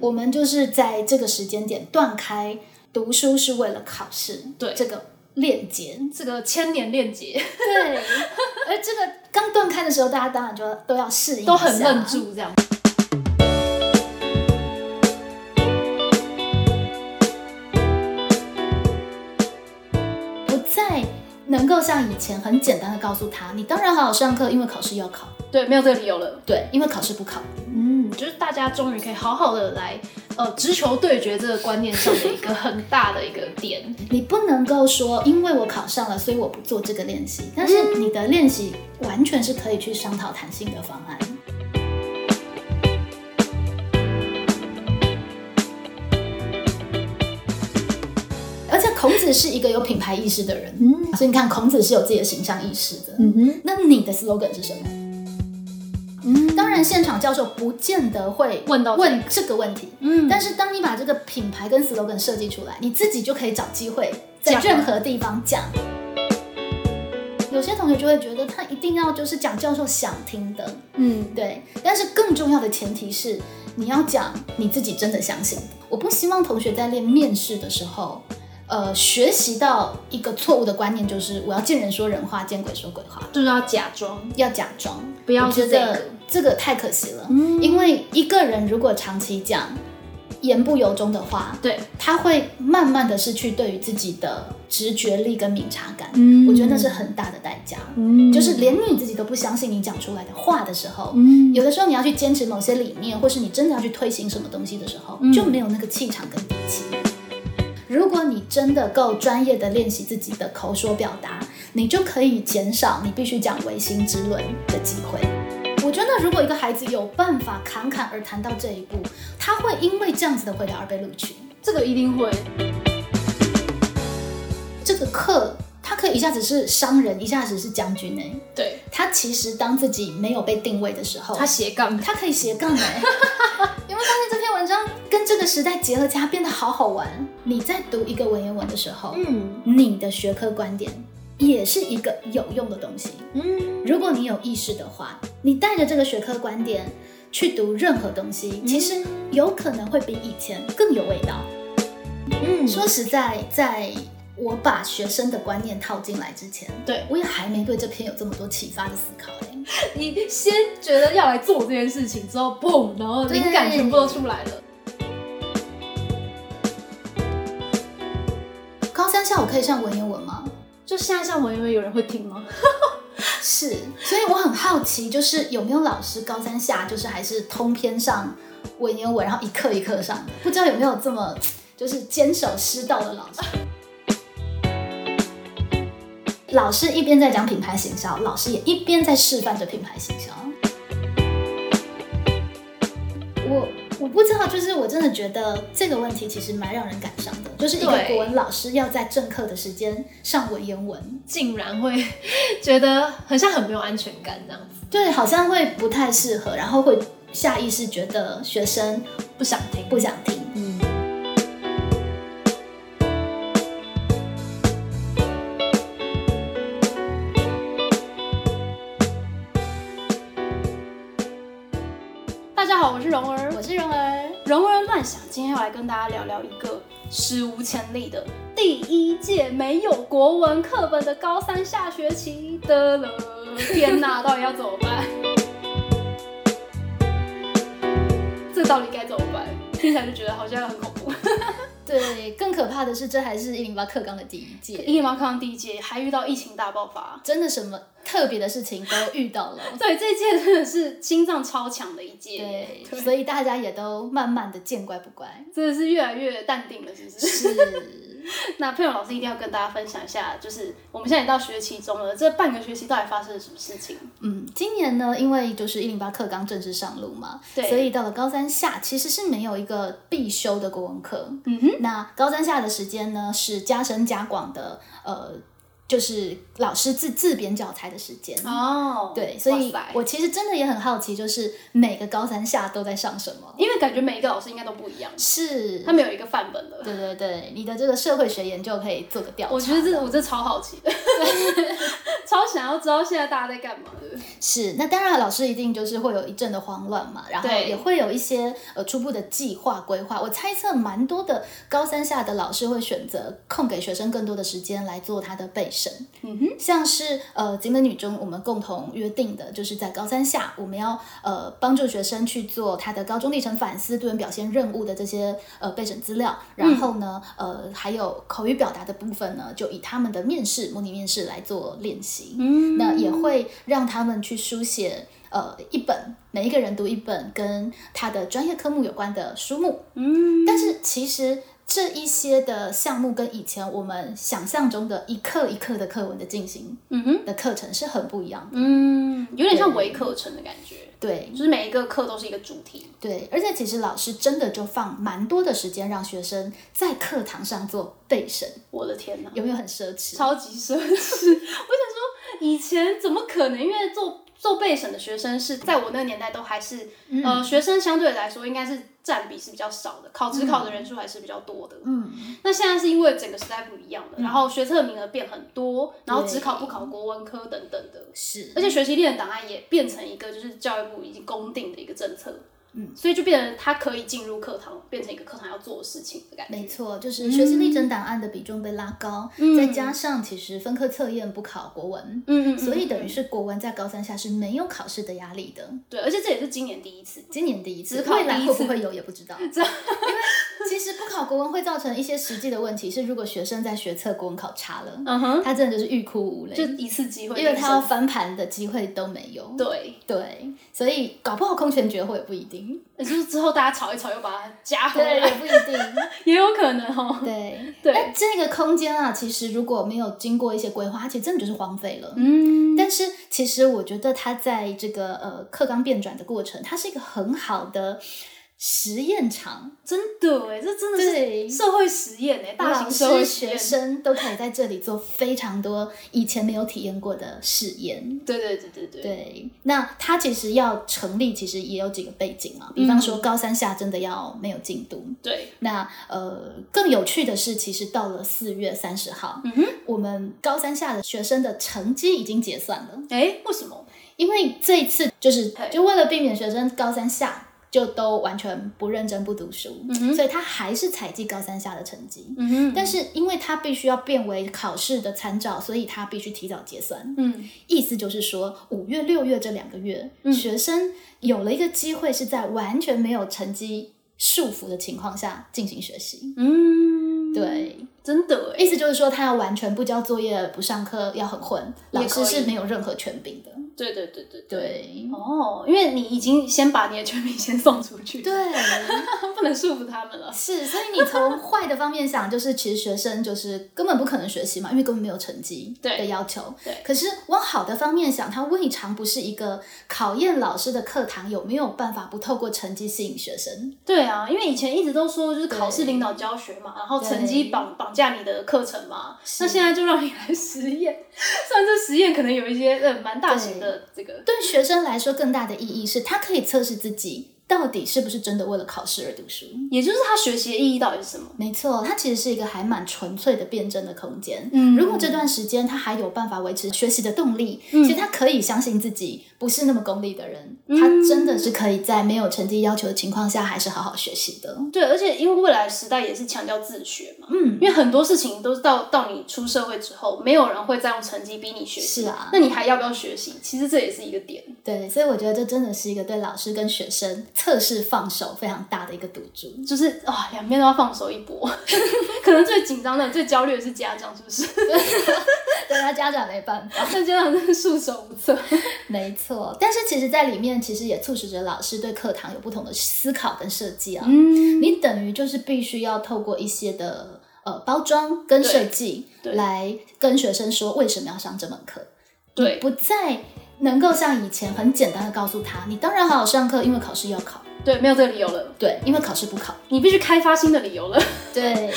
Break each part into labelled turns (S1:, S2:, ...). S1: 我们就是在这个时间点断开读书是为了考试，
S2: 对
S1: 这个链接，
S2: 这个千年链接
S1: 对， 而这个刚断开的时候，大家当然就都要适应一下，
S2: 都很愣住，这样。
S1: 不再能够像以前很简单的告诉他，你当然好好上课，因为考试要考，
S2: 对，没有这个理由了。
S1: 对，因为考试不考，
S2: 嗯，就是大家终于可以好好的来，呃，直球对决这个观念上的一个很大的一个点。
S1: 你不能够说因为我考上了，所以我不做这个练习，但
S2: 嗯
S1: 是你的练习完全是可以去商讨弹性的方案。而且孔子是一个有品牌意识的人，嗯，所以你看孔子是有自己的形象意识的，嗯，
S2: 嗯哼，
S1: 那你的 slogan 是什么？嗯，当然，现场教授不见得会
S2: 问到这个
S1: 问这个问题，
S2: 嗯
S1: 但是当你把这个品牌跟 slogan 设计出来，你自己就可以找机会在
S2: 讲
S1: 任何地方讲。有些同学就会觉得他一定要就是讲教授想听的，
S2: 嗯，
S1: 对。但是更重要的前提是你要讲你自己真的相信的。我不希望同学在练面试的时候，呃，学习到一个错误的观念，就是我要见人说人话，见鬼说鬼话。
S2: 就是要假装，
S1: 要假装，
S2: 不要
S1: 我觉
S2: 是这
S1: 得
S2: 个
S1: 这个太可惜了。
S2: 嗯
S1: 因为一个人如果长期讲言不由衷的话，
S2: 对，
S1: 他会慢慢的失去对于自己的直觉力跟敏察感。
S2: 嗯
S1: 我觉得那是很大的代价。
S2: 嗯
S1: 就是连你自己都不相信你讲出来的话的时候，
S2: 嗯，
S1: 有的时候你要去坚持某些理念，或是你真的要去推行什么东西的时候，就没有那个气场跟底气。如果你真的够专业的练习自己的口说表达，你就可以减少你必须讲唯心之论的机会。我觉得，如果一个孩子有办法侃侃而谈到这一步，他会因为这样子的回答而被录取。
S2: 这个一定会，
S1: 这个课，他可以一下子是商人，一下子是将军呢、欸
S2: 对
S1: 他其实当自己没有被定位的时候，
S2: 他斜杠，
S1: 它可以斜杠 哎、有没有发现这篇文章跟这个时代结合起来变得好好玩？你在读一个文言文的时候，
S2: 嗯
S1: 你的学科观点也是一个有用的东西。
S2: 嗯，
S1: 如果你有意识的话，你带着这个学科观点去读任何东西，其实有可能会比以前更有味道。
S2: 嗯
S1: 说实在，在我把学生的观念套进来之前，
S2: 对
S1: 我也还没对这篇有这么多启发的思考哎、
S2: 你先觉得要来做这件事情之后，砰，然后
S1: 对
S2: 灵感全部都出来了。
S1: 高三下我可以上文言文吗？
S2: 就现在像我，因为有人会听吗？
S1: 是，所以我很好奇，就是有没有老师高三下就是还是通篇上文言文，然后一课一课上的，不知道有没有这么就是坚守师道的老师。老师一边在讲品牌行销，老师也一边在示范着品牌行销。我我不知道，就是我真的觉得这个问题其实蛮让人感伤的，就是一个
S2: 对
S1: 国文老师要在正课的时间上文言文，
S2: 竟然会 觉得很像很没有安全感这样子，
S1: 对，好像会不太适合，然后会下意识觉得学生
S2: 不想听，
S1: 不想听。
S2: 嗯，大家好，我是蓉儿，
S1: 我是蓉儿，
S2: 蓉儿乱想，今天要来跟大家聊聊一个史无前例的第一届没有国文课本的高三下学期的了。天 哪，到底要怎么办？这到底该怎么办？听起来就觉得好像很恐 怖。
S1: 对，更可怕的是，这还是一零八课纲的第一届，
S2: 一零八康第一届还遇到疫情大爆发，
S1: 真的什么特别的事情都遇到了。
S2: 对，这一届真的是心脏超强的一届耶，
S1: 对，所以大家也都慢慢的见怪不 怪。
S2: 真的是越来越淡定了，是不是？
S1: 是，
S2: 那佩蓉 老师一定要跟大家分享一下，就是我们现在也到学期中了，这半个学期到底发生了什么事情？
S1: 嗯，今年呢，因为就是一零八课纲正式上路嘛，
S2: 对
S1: 所以到了高三下其实是没有一个必修的国文课。
S2: 嗯哼，
S1: 那高三下的时间呢是加深加广的呃就是老师自自编教材的时间。
S3: 哦，
S1: 对，所以
S3: 哇塞
S1: 我其实真的也很好奇，就是每个高三下都在上什么？
S3: 因为感觉每一个老师应该都不一样，
S1: 是，
S3: 他们有一个范本的。
S1: 对对对，你的这个社会学研究可以做个调查。
S3: 我觉得这我这超 好奇的，超想要知道现在大家在干嘛的。
S1: 是，那当然，老师一定就是会有一阵的慌乱嘛，然后
S3: 对
S1: 也会有一些呃初步的计划规划。我猜测蛮多的高三下的老师会选择空给学生更多的时间来做他的备审，
S3: 嗯哼，
S1: 像是呃景美女中我们共同约定的，就是在高三下我们要呃帮助学生去做他的高中历程反思、多元表现任务的这些呃备审资料，然后呢、呃还有口语表达的部分呢，就以他们的面试模拟面试来做练习。
S3: 嗯
S1: 那也会让他们去书写呃一本，每一个人读一本跟他的专业科目有关的书目。
S3: 嗯，
S1: 但是其实这一些的项目跟以前我们想象中的一课一课的课文的进行
S3: 嗯哼，
S1: 的课程是很不一样的。
S3: 嗯，有点像微课程的感觉，
S1: 对
S3: 就是每一个课都是一个主题。
S1: 对，而且其实老师真的就放蛮多的时间让学生在课堂上做备审，
S3: 我的天哪，
S1: 有没有很奢侈？
S3: 超级奢侈！ 我想说，以前怎么可能？因为做做备审的学生是在我那个年代都还是、呃，学生相对来说应该是占比是比较少的，考职考的人数还是比较多的。
S1: 嗯，
S3: 那现在是因为整个时代不一样了，然后学测名额变很多，然后只考不考国文科等等的，
S1: 是
S3: 而且学习历程档案也变成一个就是教育部已经公定的一个政策，
S1: 嗯，
S3: 所以就变成它可以进入课堂，变成一个课堂要做的事情的感觉。
S1: 没错，就是学习历程档案的比重被拉高，
S3: 嗯
S1: 再加上其实分科测验不考国文，
S3: 嗯嗯嗯，
S1: 所以等于
S3: 嗯
S1: 是国文在高三下是没有考试的压力的。
S3: 对，而且这也是今年第一次，
S1: 今年第一次，
S3: 只考
S1: 未来
S3: 第一
S1: 会
S3: 次
S1: 不会有也不知道。
S3: 这样
S1: 其实不考国文会造成一些实际的问题，是如果学生在学测国文考差了，
S3: 嗯哼，
S1: 他真的就是欲哭无泪，
S3: 就一次机会，
S1: 因为他要翻盘的机会都没有。
S3: 对，
S1: 对，所以搞不好空前绝后也不一定，
S3: 也哎就是之后大家吵一吵，又把它加回
S1: 对，
S3: 来，
S1: 也不一定。
S3: 也有可能哦。
S1: 对，
S3: 啊对
S1: 那这个空间啊，其实如果没有经过一些规划，它其实真的就是荒废了。
S3: 嗯，
S1: 但是其实我觉得它在这个呃课纲变转的过程，它是一个很好的实验场，
S3: 真的哎，这真的
S1: 对
S3: 是社会实验哎，大
S1: 老
S3: 型社会
S1: 师、
S3: 实
S1: 学
S3: 验。
S1: 生都可以在这里做非常多以前没有体验过的试验。
S3: 对对对对对，
S1: 对，那它其实要成立，其实也有几个背景啊，比方说高三下真的要没有进度。
S3: 嗯对
S1: 那呃，更有趣的是，其实到了四月三十号，
S3: 嗯哼，
S1: 我们高三下的学生的成绩已经结算了。
S3: 哎，为什么？
S1: 因为这一次就是
S3: 对
S1: 就为了避免学生高三下就都完全不认真不读书，
S3: 嗯哼
S1: 所以他还是采集高三下的成绩。
S3: 嗯哼
S1: 但是，因为他必须要变为考试的参照，所以他必须提早结算。
S3: 嗯，
S1: 意思就是说，五月、六月这两个月，
S3: 嗯
S1: 学生有了一个机会，是在完全没有成绩束缚的情况下进行学习。
S3: 嗯，，
S1: 对，
S3: 真的
S1: 意
S3: 哎，
S1: 思就是说，他要完全不交作业、不上课，要很混，
S3: 也
S1: 老师
S3: 可以
S1: 是没有任何权柄的。
S3: 对对对对对。
S1: 对，
S3: 哦，因为你已经先把你的全民先送出去，，
S1: 对。
S3: 不能束缚他们了。
S1: 是，所以你 从坏的方面想，就是其实学生就是根本不可能学习嘛，因为根本没有成绩
S3: 对
S1: 的要求。
S3: 对
S1: 可是往好的方面想，它未尝不是一个考验老师的课堂有没有办法不透过成绩吸引学生。
S3: 对啊，因为以前一直都说就是考试
S1: 对
S3: 领导教学嘛，然后
S1: 对
S3: 成绩绑绑架你的课程嘛，
S1: 是
S3: 那现在就让你来实验， 虽然这实验可能有一些呃蛮大型的这个，
S1: 对学生来说，更大的意义是他可以测试自己到底是不是真的为了考试而读书。
S3: 也就是他学习的意义到底是什么？
S1: 没错，它其实是一个还蛮纯粹的辩证的空间。
S3: 嗯
S1: 如果这段时间他还有办法维持学习的动力，其实他可以相信自己不是那么功利的人，
S3: 嗯
S1: 他真的是可以在没有成绩要求的情况下，还是好好学习的。
S3: 对，而且因为未来时代也是强调自学嘛，
S1: 嗯，
S3: 因为很多事情都是到到你出社会之后，没有人会再用成绩逼你学习，
S1: 是啊
S3: 那你还要不要学习？其实这也是一个点，
S1: 对，所以我觉得这真的是一个对老师跟学生测试放手非常大的一个赌注。
S3: 就是哇，两边都要放手一搏，可能最紧张的、最焦虑的是家长，是不是？
S1: 对他家长没办法，
S3: 那家长真的束手无策。
S1: 没错。但是其实，在里面其实也促使着老师对课堂有不同的思考跟设计啊。
S3: 嗯，
S1: 你等于就是必须要透过一些的呃包装跟设计
S3: 对对
S1: 来跟学生说为什么要上这门课，
S3: 对
S1: 你不再能够像以前很简单的告诉他，你当然好好上课，因为考试要考，
S3: 对，没有这个理由了，
S1: 对，因为考试不考，
S3: 你必须开发新的 理由了。
S1: 对。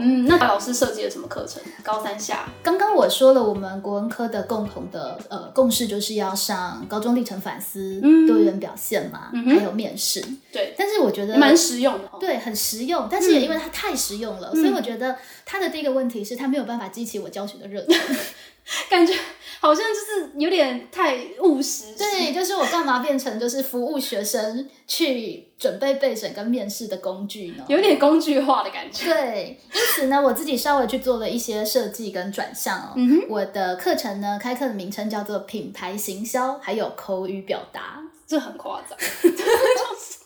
S3: 嗯那老师设计了什么课程？高三下
S1: 刚刚我说了，我们国文科的共同的呃共识就是要上高中历程反思、
S3: 嗯
S1: 多元表现嘛，
S3: 嗯哼
S1: 还有面试。
S3: 对，
S1: 但是我觉得
S3: 蛮嗯实用的、哦。
S1: 对，很实用，但是也因为它太实用
S3: 嗯
S1: 了，所以我觉得它的第一个问题是它没有办法激起我教学的热情。
S3: 感觉好像就是有点太务实。
S1: 对，就是我干嘛变成就是服务学生去准备备审跟面试的工具呢？
S3: 有点工具化的感觉。
S1: 对，因此呢，我自己稍微去做了一些设计跟转向哦。
S3: 嗯哼，
S1: 我的课程呢，开课的名称叫做品牌行销，还有口语表达。
S3: 这很夸张， 就是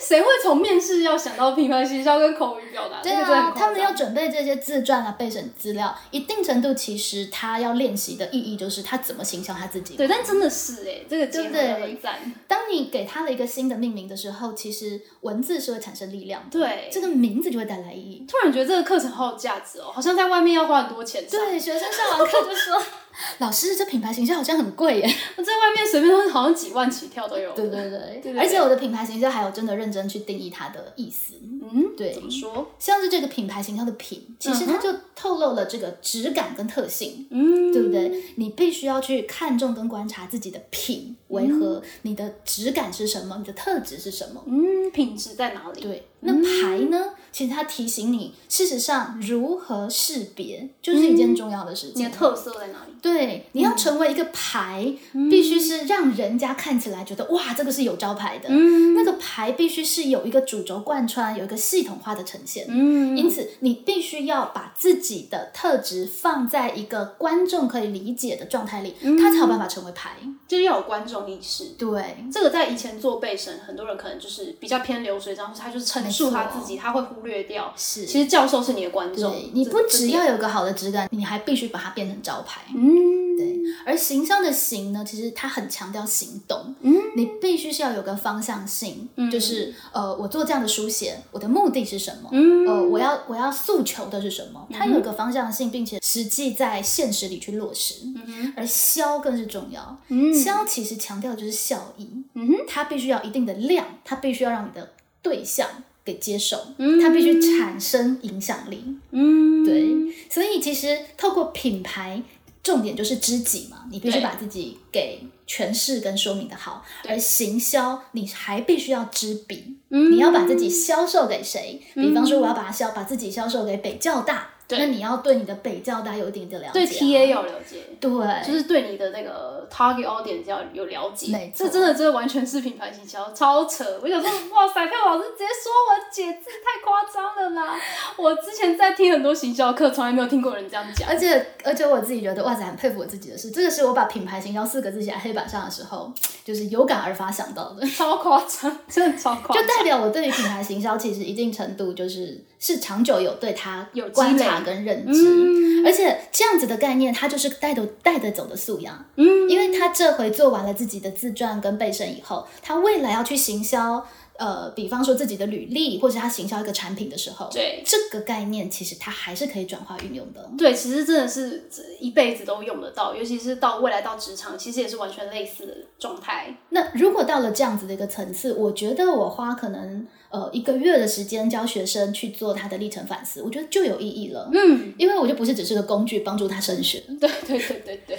S3: 谁会从面试要想到品牌行销跟口语表达？
S1: 对
S3: 这个真的
S1: 啊
S3: 很，夸
S1: 他
S3: 张
S1: 们要准备这些自传啊、备审资料，一定程度其实他要练习的意义就是他怎么行销他自己。
S3: 对，但真的是哎、这个结合
S1: 对
S3: 得
S1: 不对
S3: 很赞。
S1: 当你给他了一个新的命名的时候，其实文字是会产生力量的，
S3: 对，
S1: 这个名字就会带来意义。
S3: 突然觉得这个课程好有价值哦，好像在外面要花很多钱上。
S1: 对，学生上完课就说：“ 老师，这品牌形象好像很贵耶。
S3: 我在外面随便都好像几万起跳都有”。
S1: 对对对，
S3: 对对
S1: 而且我的品牌形象还有真的认真去定义它的意思，
S3: 嗯，
S1: 对
S3: 怎么说？
S1: 像是这个品牌形象的
S3: 嗯
S1: 品，其实它就透露了这个质感跟特性。
S3: 嗯，
S1: 对不？对？你必须要去看重跟观察自己的品为何，你的质感是什么，你的特质是什么。
S3: 嗯，品质在哪里？
S1: 对，那
S3: 嗯
S1: 牌呢？其实它提醒你，事实上如何识别，就是一件重要的事
S3: 嗯你
S1: 情。
S3: 的特色在哪里？
S1: 对，你要成为一个牌，
S3: 嗯
S1: 必须是让人家看起来觉得哇，这个是有招牌的。
S3: 嗯
S1: 那个牌必须是有一个主轴贯穿，有一个系统化的呈现。
S3: 嗯，
S1: 因此，你必须要把自己的特质放在一个观众可以理解的状态里，
S3: 嗯
S1: 他才有办法成为牌。
S3: 就是要有观众意识。
S1: 对，
S3: 这个在以前做背审，很多人可能就是比较偏流水账，或是他就是陈述他自己，他会忽略掉。
S1: 是。
S3: 其实教授是你的观众
S1: 对，，你
S3: 这
S1: 不
S3: 这
S1: 只
S3: 点
S1: 要有个好的质感，你还必须把它变成招牌。
S3: 嗯，
S1: 对，而形象的形呢，其实它很强调行动，
S3: 嗯，
S1: 你必须是要有个方向性，
S3: 嗯
S1: 就是呃，我做这样的书写，我的目的是什么？
S3: 嗯
S1: 呃，我要我要诉求的是什么？它有一个方向性，并且实际在现实里去落实。
S3: 嗯
S1: 而销更是重要，
S3: 嗯
S1: 销其实强调的就是效益，
S3: 嗯哼，
S1: 它必须要一定的量，它必须要让你的对象给接受，
S3: 嗯
S1: 它必须产生影响力，
S3: 嗯，
S1: 对，所以其实透过品牌，重点就是知己嘛，你必须把自己给诠释跟说明的好。
S3: 对
S1: 而行销，你还必须要知彼，
S3: 嗯
S1: 你要把自己销售给谁？比方说，我要把它销把自己销售给北教大，
S3: 对
S1: 那你要对你的北教大有一点的了解、啊，
S3: 对 TA 要了解，就
S1: 对。
S3: 是对你的那个 target audience 要有了解。
S1: 没错
S3: 这真的这完全是品牌行销，超扯！我想说，哇塞，票老师直接说我解字太夸张了啦！我之前在听很多行销课，从来没有听过有人这样讲。
S1: 而且而且我自己觉得，哇塞，很佩服我自己的是，这个是我把品牌行销四个字写在黑板上的时候，就是有感而发想到的。
S3: 超夸张，真的超夸
S1: 就
S3: 张。
S1: 代表我对于品牌行销其实一定程度就是是长久有对它
S3: 有积
S1: 观
S3: 累
S1: 察跟认知，
S3: 嗯
S1: 而且这样子的概念，它就是带得带得走的素养，
S3: 嗯，
S1: 因为他这回做完了自己的自传跟备审以后，他未来要去行销。呃，比方说自己的履历，或者他行销一个产品的时候，
S3: 对
S1: 这个概念其实它还是可以转化运用的。
S3: 对，其实真的是这一辈子都用得到，尤其是到未来到职场，其实也是完全类似的状态。
S1: 那如果到了这样子的一个层次，我觉得我花可能呃一个月的时间教学生去做他的历程反思，我觉得就有意义了。
S3: 嗯，
S1: 因为我就不是只是个工具帮助他升学。
S3: 对对对对对，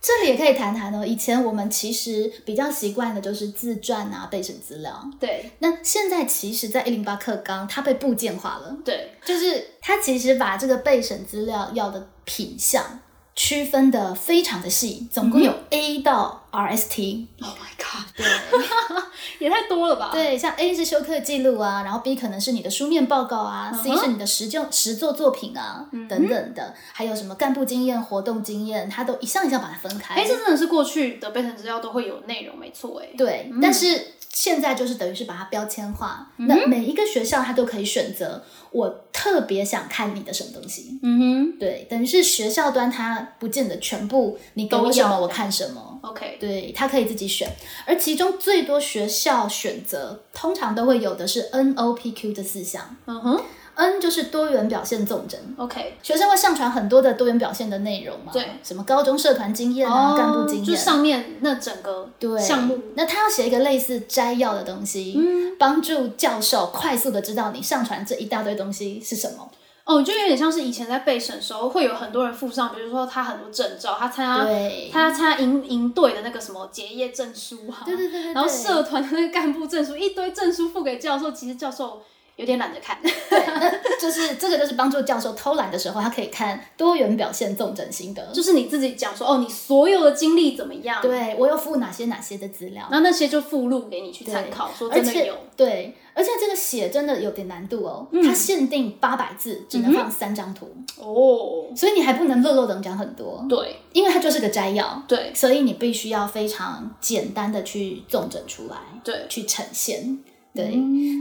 S1: 这里也可以谈谈哦，以前我们其实比较习惯的就是自传啊、备审资料。
S3: 对
S1: 那现在其实，在一零八课纲，它被部件化了，
S3: 对，
S1: 就是它其实把这个备审资料要的品项区分的非常的细，总
S3: 嗯
S1: 共有 A 到 RST。
S3: Oh my god，
S1: 对
S3: 也太多了吧？，
S1: 对，像 A 是修课记录啊，然后 B 可能是你的书面报告啊、c
S3: 嗯哼嗯
S1: 是你的实就实作作品啊、等等的，还有什么干部经验、活动经验，它都一项一项把它分开。
S3: 哎，这真的是过去的备审资料都会有内容，没错，哎，
S1: 对，但是现在就是等于是把它标签化，
S3: 嗯
S1: 那每一个学校它都可以选择我特别想看你的什么东西。
S3: 嗯
S1: 对，等于是学校端它不见得全部你给我
S3: 都
S1: 什
S3: 要
S1: 么
S3: 的
S1: 我看什么，
S3: 哼，OK，
S1: 对，它可以自己选。而其中最多学校选择通常都会有的是 NOPQ 的四项
S3: 嗯哼
S1: ，N 就是多元表现纵整。
S3: ，OK，
S1: 学生会上传很多的多元表现的内容嘛，
S3: 对，哦
S1: 什么高中社团经验啊、干部经验，
S3: 就上面那整个
S1: 对
S3: 项目，
S1: 那他要写一个类似摘要的东西，
S3: 嗯
S1: 帮助教授快速的知道你上传这一大堆东西是什么。
S3: 哦，就有点像是以前在备审的时候，会有很多人附上，比如说他很多证照，他参加
S1: 对，
S3: 他参加营营队的那个什么结业证书啊，
S1: 对对对对，
S3: 然后
S1: 对
S3: 社团的那个干部证书，一堆证书付给教授，其实教授有点懒得看。
S1: 对，那就是这个就是帮助教授偷懒的时候，他可以看多元表现纵整心得，
S3: 就是你自己讲说哦，你所有的经历怎么样？，
S1: 对我有附哪些哪些的资料。
S3: 那那些就附录给你去参考，说真
S1: 而
S3: 的
S1: 且
S3: 有。
S1: 对，而且这个写真的有点难度哦，它限定八百字，只能放三张图，
S3: 哦，
S1: 所以你还不能漏漏等讲很多，
S3: 对
S1: 因为它就是个摘要，
S3: 对
S1: 所以你必须要非常简单的去纵整出来，
S3: 对，嗯
S1: 去呈现。对，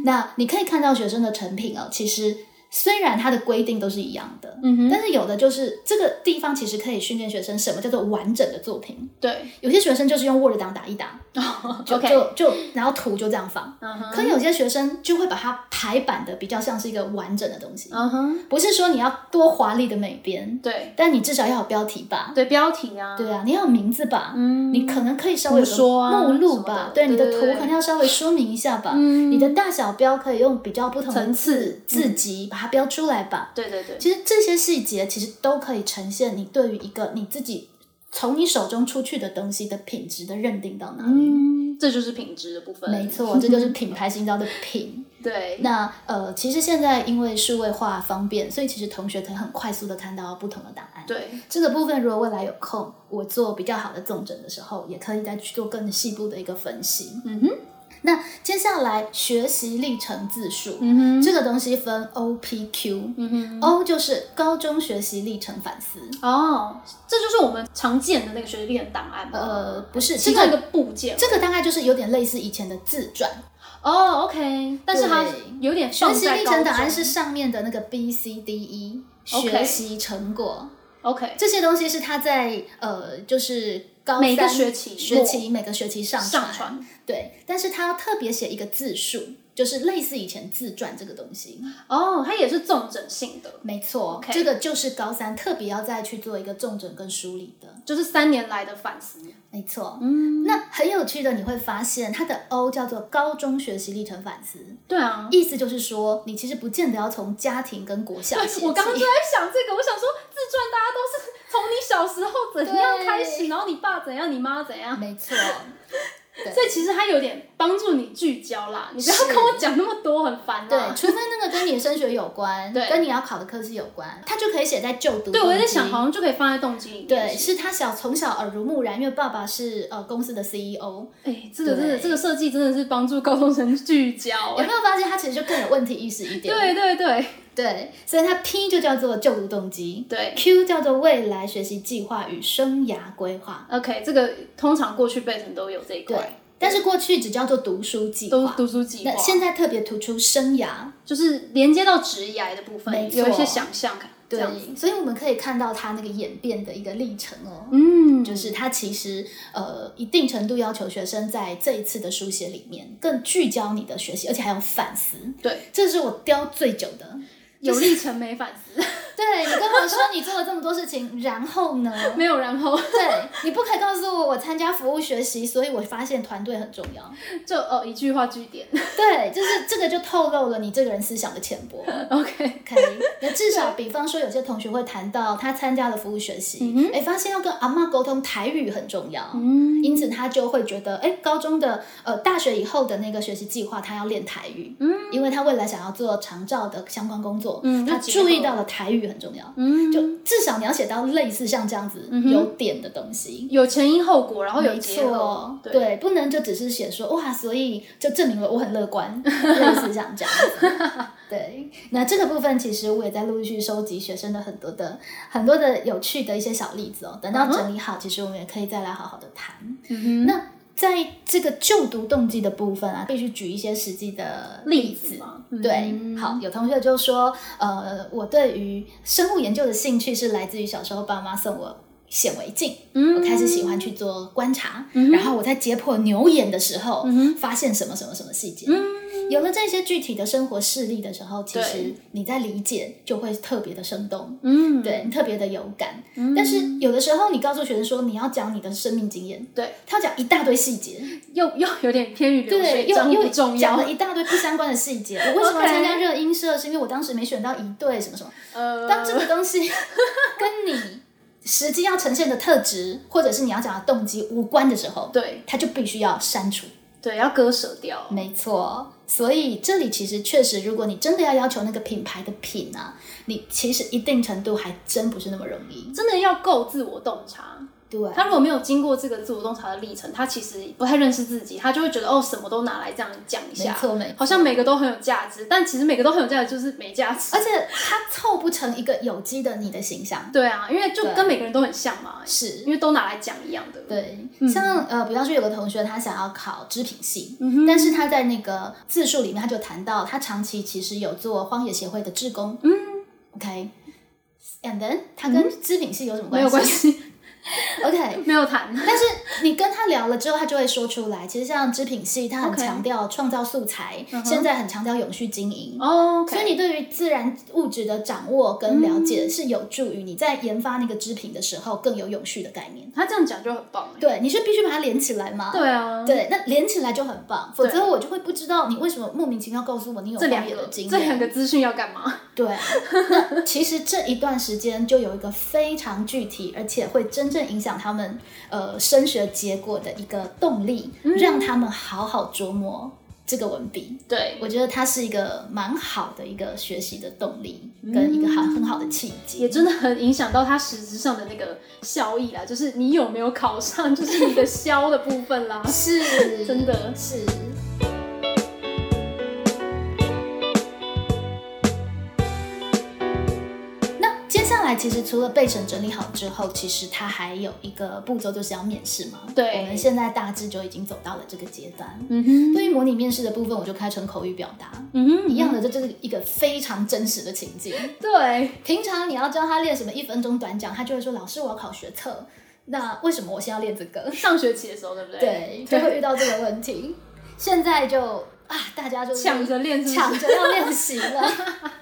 S1: 那你可以看到学生的成品哦，其实虽然它的规定都是一样的，
S3: 嗯哼，
S1: 但是有的就是这个地方其实可以训练学生什么叫做完整的作品。
S3: 对哦
S1: 有些学生就是用 Word 档打一 打，就
S3: ，OK，
S1: 就就然后图就这样放。
S3: 嗯哼，
S1: 可有些学生就会把它排版的比较像是一个完整的东西，
S3: 嗯哼，
S1: 不是说你要多华丽的美编，
S3: 对
S1: 但你至少要有标题吧？
S3: 对，标题啊，
S1: 对啊，你要有名字吧？
S3: 嗯，
S1: 你可能可以稍微有
S3: 图
S1: 个
S3: 说啊
S1: 目
S3: 什
S1: 录
S3: 么
S1: 吧
S3: 的，
S1: 对你的
S3: 对
S1: 图
S3: 对对
S1: 可能要稍微说明一下吧。
S3: 嗯
S1: 你的大小标可以用比较不同的
S3: 层
S1: 字
S3: 次
S1: 字集把它标出来吧。
S3: 对对对，
S1: 其实这些细节其实都可以呈现你对于一个你自己从你手中出去的东西的品质的认定到哪里。
S3: 嗯，这就是品质的部分，
S1: 没，错，这就是品牌行销的品。
S3: 对，
S1: 那呃，其实现在因为数位化方便，所以其实同学可以很快速的看到不同的档案。
S3: 对，
S1: 这个部分，如果未来有空，我做比较好的纵整的时候，也可以再去做更细部的一个分析。
S3: 嗯哼，
S1: 那接下来学习历程自述，
S3: 嗯哼，
S1: 这个东西分 O、P、Q。
S3: 嗯哼。
S1: O 就是高中学习历程反思，
S3: 哦，这就是我们常见的那个学历的档案吗
S1: 呃，不是
S3: 其
S1: 这
S3: 中一
S1: 个
S3: 个部件
S1: 这个大概就是有点类似以前的自传，
S3: 哦，OK，但是它
S1: 对
S3: 有点
S1: 学
S3: 放
S1: 习
S3: 在
S1: 历
S3: 高
S1: 程档案
S3: 中
S1: 是上面的那个 B C D E。
S3: OK
S1: 学习成果
S3: OK，
S1: 这些东西是他在呃，就是高
S3: 每个
S1: 三
S3: 学期
S1: 学期每个学期上
S3: 上传
S1: 对，但是他要特别写一个字数，就是类似以前自传这个东西。
S3: 哦，它也是纵整性的，
S1: 没错
S3: OK
S1: 这个就是高三特别要再去做一个重整跟梳理的。
S3: 就是三年来的反思。
S1: 没错，
S3: 嗯，
S1: 那很有趣的你会发现，它的 O 叫做高中学习历程反思，
S3: 对啊。
S1: 意思就是说，你其实不见得要从家庭跟国小写起。
S3: 我刚刚就在想这个，我想说自传大家都是从你小时候怎样开始，然后你爸怎样，你妈怎样，
S1: 没错，
S3: 所以其实它有点帮助你聚焦啦。你不要
S1: 是
S3: 跟我讲那么多，很烦啊
S1: 对，
S3: 呐。
S1: 除非那个跟你的升学有关，
S3: 对
S1: 跟你要考的科系有关，它就可以写在就读。
S3: 对，我也在想，好。像就可以放在动机里面。
S1: 对，是他小从小耳濡目染，因为爸爸是呃公司的 CEO，
S3: 哎，这个
S1: 对
S3: 真的，这个设计真的是帮助高中生聚焦。
S1: 有
S3: 哎
S1: 没有发现他其实就更有问题意识一点？
S3: 对对对
S1: 对，所以他 P 就叫做就读动机
S3: 对
S1: ，Q 叫做未来学习计划与生涯规划。
S3: ，OK，这个通常过去背程都有这一
S1: 对
S3: 块，，
S1: 但是过去只叫做读书计
S3: 都
S1: 划，
S3: 读书计划。
S1: 那现在特别突出生涯。
S3: 就是连接到职涯的部
S1: 没
S3: 分，
S1: 错
S3: 有一些想象感。这样，
S1: 对，所以我们可以看到他那个演变的一个历程哦。
S3: 嗯，
S1: 就是他其实呃，一定程度要求学生在这一次的书写里面更聚焦你的学习，而且还有反思。
S3: 对，
S1: 这是我雕最久的。
S3: 有历程没反思，
S1: 对你跟我说你做了这么多事情，然后呢？
S3: 没有然 后
S1: 对，你不可以告诉我我参加服务学习，所以我发现团队很重要。
S3: 就哦一句话据点。
S1: 对，就是这个就透露了你这个人思想的浅薄。
S3: OK，
S1: OK，那至少比方说有些同学会谈到他参加了服务学习，
S3: 嗯
S1: 哎、发现要跟阿嬷沟通台语很重要。
S3: 嗯
S1: 因此，他就会觉得，哎，高中的呃，大学以后的那个学习计划，他要练台语，
S3: 嗯，
S1: 因为他未来想要做长照的相关工作，
S3: 嗯
S1: 他
S3: 就结合
S1: 注意到了台语很重要，
S3: 嗯，
S1: 就
S3: 就
S1: 至少你要写到类似像这样子
S3: 哼
S1: 有点的东西，
S3: 有前因后果，然后有
S1: 没
S3: 结合
S1: 错，，
S3: 对，
S1: 不能就只是写说哇，所以就证明了我很乐观，类似像这样子。 对，那这个部分其实我也在陆续收集学生的很多的很多的有趣的一些小例子哦。等到整理好，其实我们也可以再来好好的谈。
S3: 嗯哼，
S1: 那在这个就读动机的部分啊，必须举一些实际的例
S3: 例
S1: 子
S3: 子。嘛，
S1: 对，
S3: 嗯
S1: 好，，有同学就说，呃，我对于生物研究的兴趣是来自于小时候爸妈送我显微镜，
S3: 嗯
S1: 我开始喜欢去做观察，
S3: 嗯哼
S1: 然后我在解剖牛眼的时候，
S3: 嗯哼
S1: 发现什么什么什么细节。
S3: 嗯
S1: 有了这些具体的生活事例的时候，其实
S3: 对
S1: 你在理解就会特别的生动，
S3: 嗯，
S1: 对，特别的有感。
S3: 嗯，
S1: 但是有的时候你告诉学生说你要讲你的生命经验，
S3: 对，
S1: 他要讲一大堆细节，
S3: 又又有点偏于流
S1: 对，
S3: 水
S1: 又
S3: 账
S1: 又
S3: 不重
S1: 讲
S3: 要
S1: 了。一大堆不相关的细节。我为什么要
S3: OK
S1: 参加热音社？是因为我当时没选到一队，什么什么。
S3: 呃，
S1: 当这个东西 跟你实际要呈现的特质，或者是你要讲的动机无关的时候，
S3: 对
S1: 它就必须要删除。
S3: 对，要割舍掉。
S1: 没错，所以这里其实确实，如果你真的要要求那个品牌的品啊，你其实一定程度还真不是那么容易。
S3: 真的要够自我洞察。
S1: 对，
S3: 他如果没有经过这个自我洞察的历程，他其实不太认识自己，他就会觉得哦，什么都拿来这样讲一
S1: 没
S3: 下，
S1: 错没错。
S3: 好像每个都很有价值，但其实每个都很有价值，就是没价值。
S1: 而且它凑不成一个有机的你的形象。
S3: 对啊，因为就
S1: 对
S3: 跟每个人都很像嘛，
S1: 是
S3: 因为都拿来讲一样的。
S1: 对，
S3: 嗯
S1: 像呃，比方说有个同学他想要考织品系，
S3: 嗯哼
S1: 但是他在那个自述里面他就谈到，他长期其实有做荒野协会的志工，嗯，OK，and then 他跟织品系有什么关
S3: 嗯没有
S1: 系、
S3: 关系，
S1: o k
S3: 没有谈。
S1: 但是你跟他聊了之后，他就会说出来。其实像织品系，他很
S3: OK
S1: 强调创造素材
S3: 嗯哼
S1: 现在很强调永续经营。
S3: 哦，OK，
S1: 所以你对于自然物质的掌握跟了
S3: 嗯
S1: 解，是有助于你在研发那个织品的时候更有永续的概念。
S3: 他这样讲就很棒哎。
S1: 对，你是必须把它连起来嘛？
S3: 对啊，
S1: 对，那连起来就很棒，否
S3: 对
S1: 则我就会不知道你为什么莫名其妙告诉我你有
S3: 这
S1: 荒
S3: 两
S1: 野
S3: 个
S1: 的经
S3: 这两
S1: 验。
S3: 个资讯要 干嘛？
S1: 对，那其实这一段时间就有一个非常具体，而且会真正影响他们呃升学结果的一个动力，
S3: 嗯
S1: 让他们好好琢磨这个文笔。
S3: 对，
S1: 我觉得它是一个蛮好的一个学习的动力，跟一个很很好的契机。
S3: 嗯也真的很影响到他实质上的那个效益啦，就是你有没有考上，就是你的 消的部分啦。
S1: 是
S3: 真的
S1: 是。那接下来其实除了备审整理好之后，其实它还有一个步骤就是要面试嘛。
S3: 对
S1: 我们现在大致就已经走到了这个阶段。
S3: 嗯哼，
S1: 对于模拟面试的部分，我就开成口语表达。
S3: 嗯哼，
S1: 一样的，这就是一个非常真实的情境。
S3: 对，
S1: 平常你要教他练什么一分钟短讲，他就会说：“老师，我要考学测，那为什么我先要练这个？”
S3: 上学期的时候，对不对？
S1: 对，就会遇到这个问 题。现在就啊，大家就是
S3: 抢着练是不是
S1: 抢着啊要练习 了，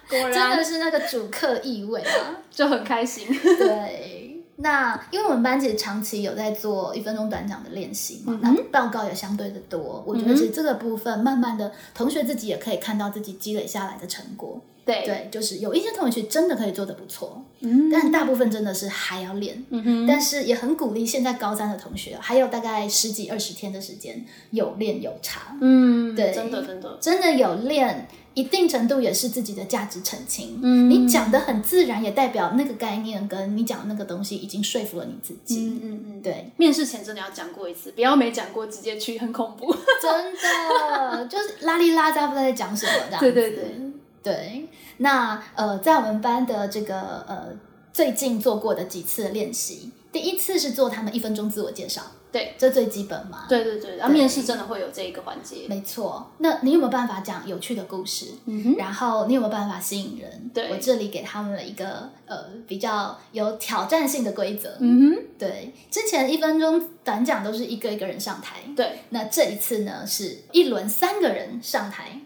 S3: 果
S1: 真
S3: 然
S1: 的是那个主课意味啊。
S3: 就很开心。
S1: 对，那因为我们班其实长期有在做一分钟短讲的练习嘛，那报告也相对的多，我觉得其实这个部分慢慢的，同学自己也可以看到自己积累下来的成果。
S3: 对，
S1: 对，就是有一些同学真的可以做的不错，
S3: 嗯
S1: 但大部分真的是还要练。
S3: 嗯哼，
S1: 但是也很鼓励现在高三的同学，还有大概十几二十天的时间，有练有查，
S3: 嗯，
S1: 对
S3: 真的真的，
S1: 真的有练，一定程度也是自己的价值澄清。
S3: 嗯
S1: 你讲的很自然，也代表那个概念跟你讲的那个东西已经说服了你自己。
S3: 嗯嗯嗯，
S1: 对，
S3: 面试前真的要讲过一次，不要没讲过直接去，很恐 怖。
S1: 真的 就是拉里拉扎不知道在讲什么的。
S3: 对对对，
S1: 对，那呃，在我们班的这个呃最近做过的几次的练习，第一次是做他们一分钟自我介绍，
S3: 对，
S1: 这最基本嘛。
S3: 对对对，然后面试真的会有这一个环节。
S1: 没错，那你有没有办法讲有趣的故事？
S3: 嗯哼，
S1: 然后你有没有办法吸引人？
S3: 对
S1: 我这里给他们了一个呃比较有挑战性的规则。
S3: 嗯
S1: 对，之前一分钟短讲都是一个一个人上台，
S3: 嗯哼，对，
S1: 那这一次呢是一轮三个人上台，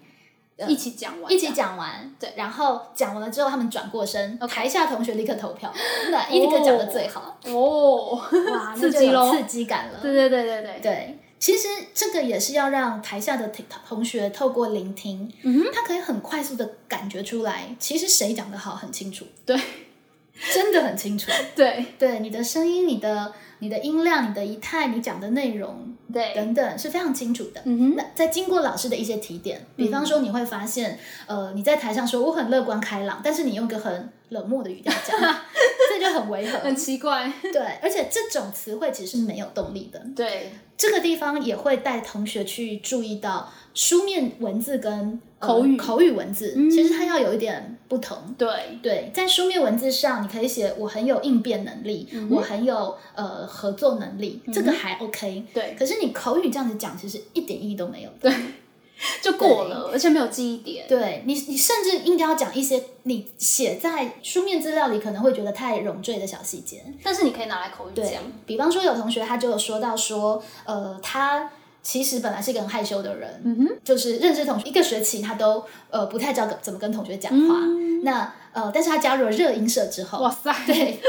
S3: 一起讲完，
S1: 一起，讲完，
S3: 对
S1: 然后讲完了之后他们转过身，台下同学立刻投票，哪一个讲的最好？
S3: 哦，
S1: 哇，那
S3: 刺
S1: 就
S3: 激
S1: 有
S3: 咯
S1: 刺激感了。
S3: 对对对对对，
S1: 对，其实这个也是要让台下的同同学透过聆听，
S3: 嗯
S1: 他可以很快速的感觉出来，其实谁讲的好很清楚，
S3: 对
S1: 真的很清楚。
S3: 对
S1: 对你的声音、你的你的音量、你的仪态、你讲的内容
S3: 对，
S1: 等等是非常清楚的。
S3: 嗯哼，嗯
S1: 那在经过老师的一些提点，比方说你会发现，呃，你在台上说我很乐观开朗，但是你用一个很冷漠的语调 讲，这就很违和。
S3: 很奇怪，
S1: 对，而且这种词汇其实是没有动力的。
S3: 对，
S1: 这个地方也会带同学去注意到书面文字跟、呃
S3: 口语
S1: 口语文字，
S3: 嗯
S1: 其实它要有一点不同。
S3: 对，
S1: 对，在书面文字上，你可以写我很有应变能力，
S3: 嗯哼嗯
S1: 我很有呃合作能力，这个还 OK。
S3: 对，
S1: 可是你口语这样子讲，其实一点意义都没有的。
S3: 就过了，而且没有记忆点。
S1: 对你，你甚至应该要讲一些你写在书面资料里可能会觉得太冗赘的小细节。
S3: 但是你可以拿来口语
S1: 对
S3: 讲，
S1: 比方说，有同学他就有说到说，呃，他其实本来是一个很害羞的人，
S3: 嗯哼，
S1: 就是认识同学一个学期，他都呃不太知道怎么跟同学讲话。那呃，但是他加入了热音社之后，
S3: 嗯哇塞，
S1: 对，就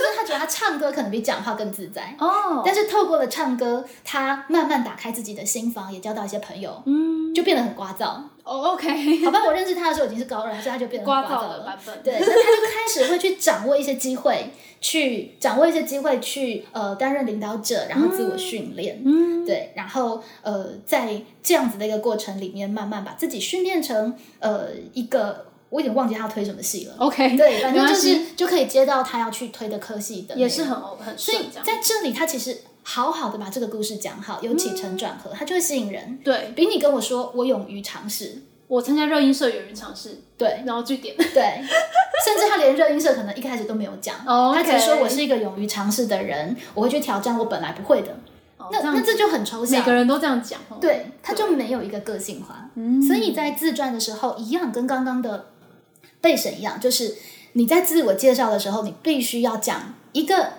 S1: 是他觉得他唱歌可能比讲话更自在。
S3: 哦，
S1: 但是透过了唱歌，他慢慢打开自己的心房，也交到一些朋友，
S3: 嗯，
S1: 就变得很聒噪。
S3: 哦，OK，
S1: 好吧，我认识他的时候已经是高二了，所以他就变得很
S3: 刮
S1: 聒
S3: 噪
S1: 噪
S3: 的
S1: 了
S3: 版。本，
S1: 对，那他就开始会去掌握一些机会，去掌握一些机会去呃担任领导者，然后自我训练。
S3: 嗯，
S1: 对，然后呃，在这样子的一个过程里面，慢慢把自己训练成呃一个，我已经忘记他推什么戏了。
S3: ，OK，
S1: 对，反
S3: 没
S1: 正就
S3: 关系，
S1: 是就可以接到他要去推的科系的内容，
S3: 也是很很
S1: 所以
S3: 顺这样，
S1: 在这里，他其实好好的把这个故事讲好，有起承转合，他就会吸引人。
S3: 嗯对
S1: 比你跟我说我勇于尝试，
S3: 我参加热音社有人尝试，
S1: 对
S3: 然后据点，
S1: 对，甚至他连热音社可能一开始都没有讲
S3: 哦
S1: 他只是说
S3: OK
S1: 我是一个勇于尝试的人，我会去挑战我本来不会的。
S3: 哦
S1: 那
S3: 这样
S1: 那这就很抽象
S3: 每，个人都这样讲，哦，
S1: 对，他就没有一个个性化。
S3: 嗯
S1: 所以在自传的时候，一样跟刚刚的备审一样，就是你在自我介绍的时候，你必须要讲一个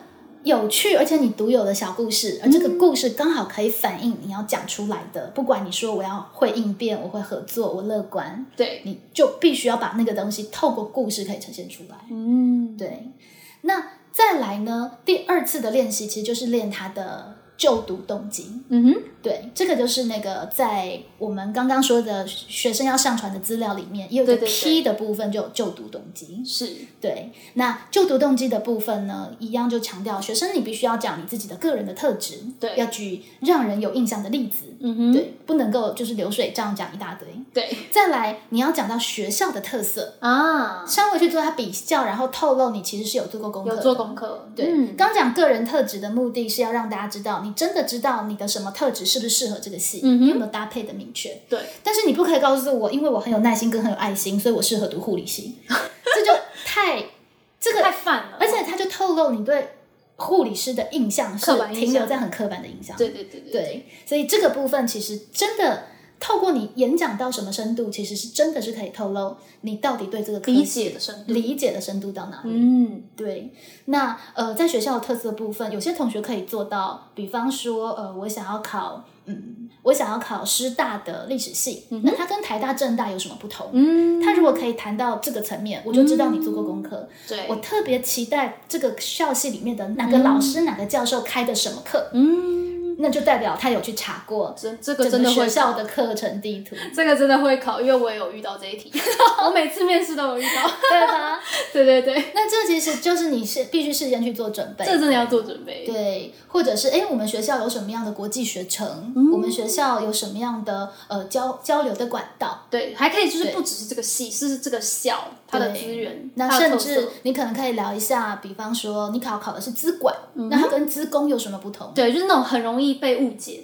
S1: 有趣而且你独有的小故事，而这个故事刚好可以反映你要讲出来的。不管你说我要会应变，我会合作，我乐观，
S3: 对，
S1: 你就必须要把那个东西透过故事可以呈现出来。
S3: 嗯，
S1: 对，那再来呢？第二次的练习其实就是练他的就读动机。
S3: 嗯哼，
S1: 对，这个就是那个在我们刚刚说的学生要上传的资料里面，也有一个
S3: 对对对
S1: P 的部分，就有就读动机。
S3: 是，
S1: 对，那就读动机的部分呢，一样就强调学生你必须要讲你自己的个人的特质，
S3: 对
S1: 要举让人有印象的例子，
S3: 嗯哼，
S1: 对，不能够就是流水账讲一大堆。
S3: 对
S1: 再来，你要讲到学校的特色，
S3: 啊，
S1: 稍微去做它比较，然后透露你其实是有做过功课的，
S3: 有做功课，
S1: 对，
S3: 嗯
S1: 刚讲个人特质的目的是要让大家知道，你真的知道你的什么特质是不是适合这个戏，
S3: 嗯哼
S1: 你有没有搭配的明确。
S3: 对，
S1: 但是你不可以告诉我，因为我很有耐心跟很有爱心，所以我适合读护理 系，这就太这
S3: 太
S1: 个，
S3: 泛了，
S1: 而且它就透露你对护理师的印象是
S3: 刻板印象
S1: 停留在很刻板的印象。
S3: 对对对对对，
S1: 对，所以这个部分其实真的。透过你演讲到什么深度，其实是真的是可以透露你到底对这个科
S3: 理
S1: 系
S3: 解的深度，
S1: 理解的深度到哪里。
S3: 嗯，
S1: 对，那呃，在学校的特色部分，有些同学可以做到，比方说，呃，我想要考，嗯，我想要考师大的历史系，那它跟台大、政大有什么不同？
S3: 嗯，
S1: 它如果可以谈到这个层面，我就知道你做过功课。
S3: 对
S1: 我，特别期待这个校系里面的哪个老师、哪个教授开的什么课，
S3: 嗯，
S1: 那就代表他有去查过
S3: 这 这个
S1: 整
S3: 真
S1: 个
S3: 的会
S1: 学校的课程地 图，
S3: 这个真的会考，因为我也有遇到这一 题，我每次面试都有遇到。
S1: 对吧？
S3: 对对对，
S1: 那这其实就是你是必须事先去做准备，
S3: 这真的要做准备。
S1: 对，或者是哎，诶我们学校有什么样的国际学程？
S3: 嗯
S1: 我们学校有什么样的呃交交流的管道？
S3: 对，还可以就是
S1: 对
S3: 不只是这个系，是这个校它的
S1: 对
S3: 资源，
S1: 那
S3: 它的
S1: 甚
S3: 特
S1: 至
S3: 色
S1: 你可能可以聊一下，比方说你考考的是资管，
S3: 嗯
S1: 那它跟资工有什么不同？
S3: 对，就是那种很容易被误解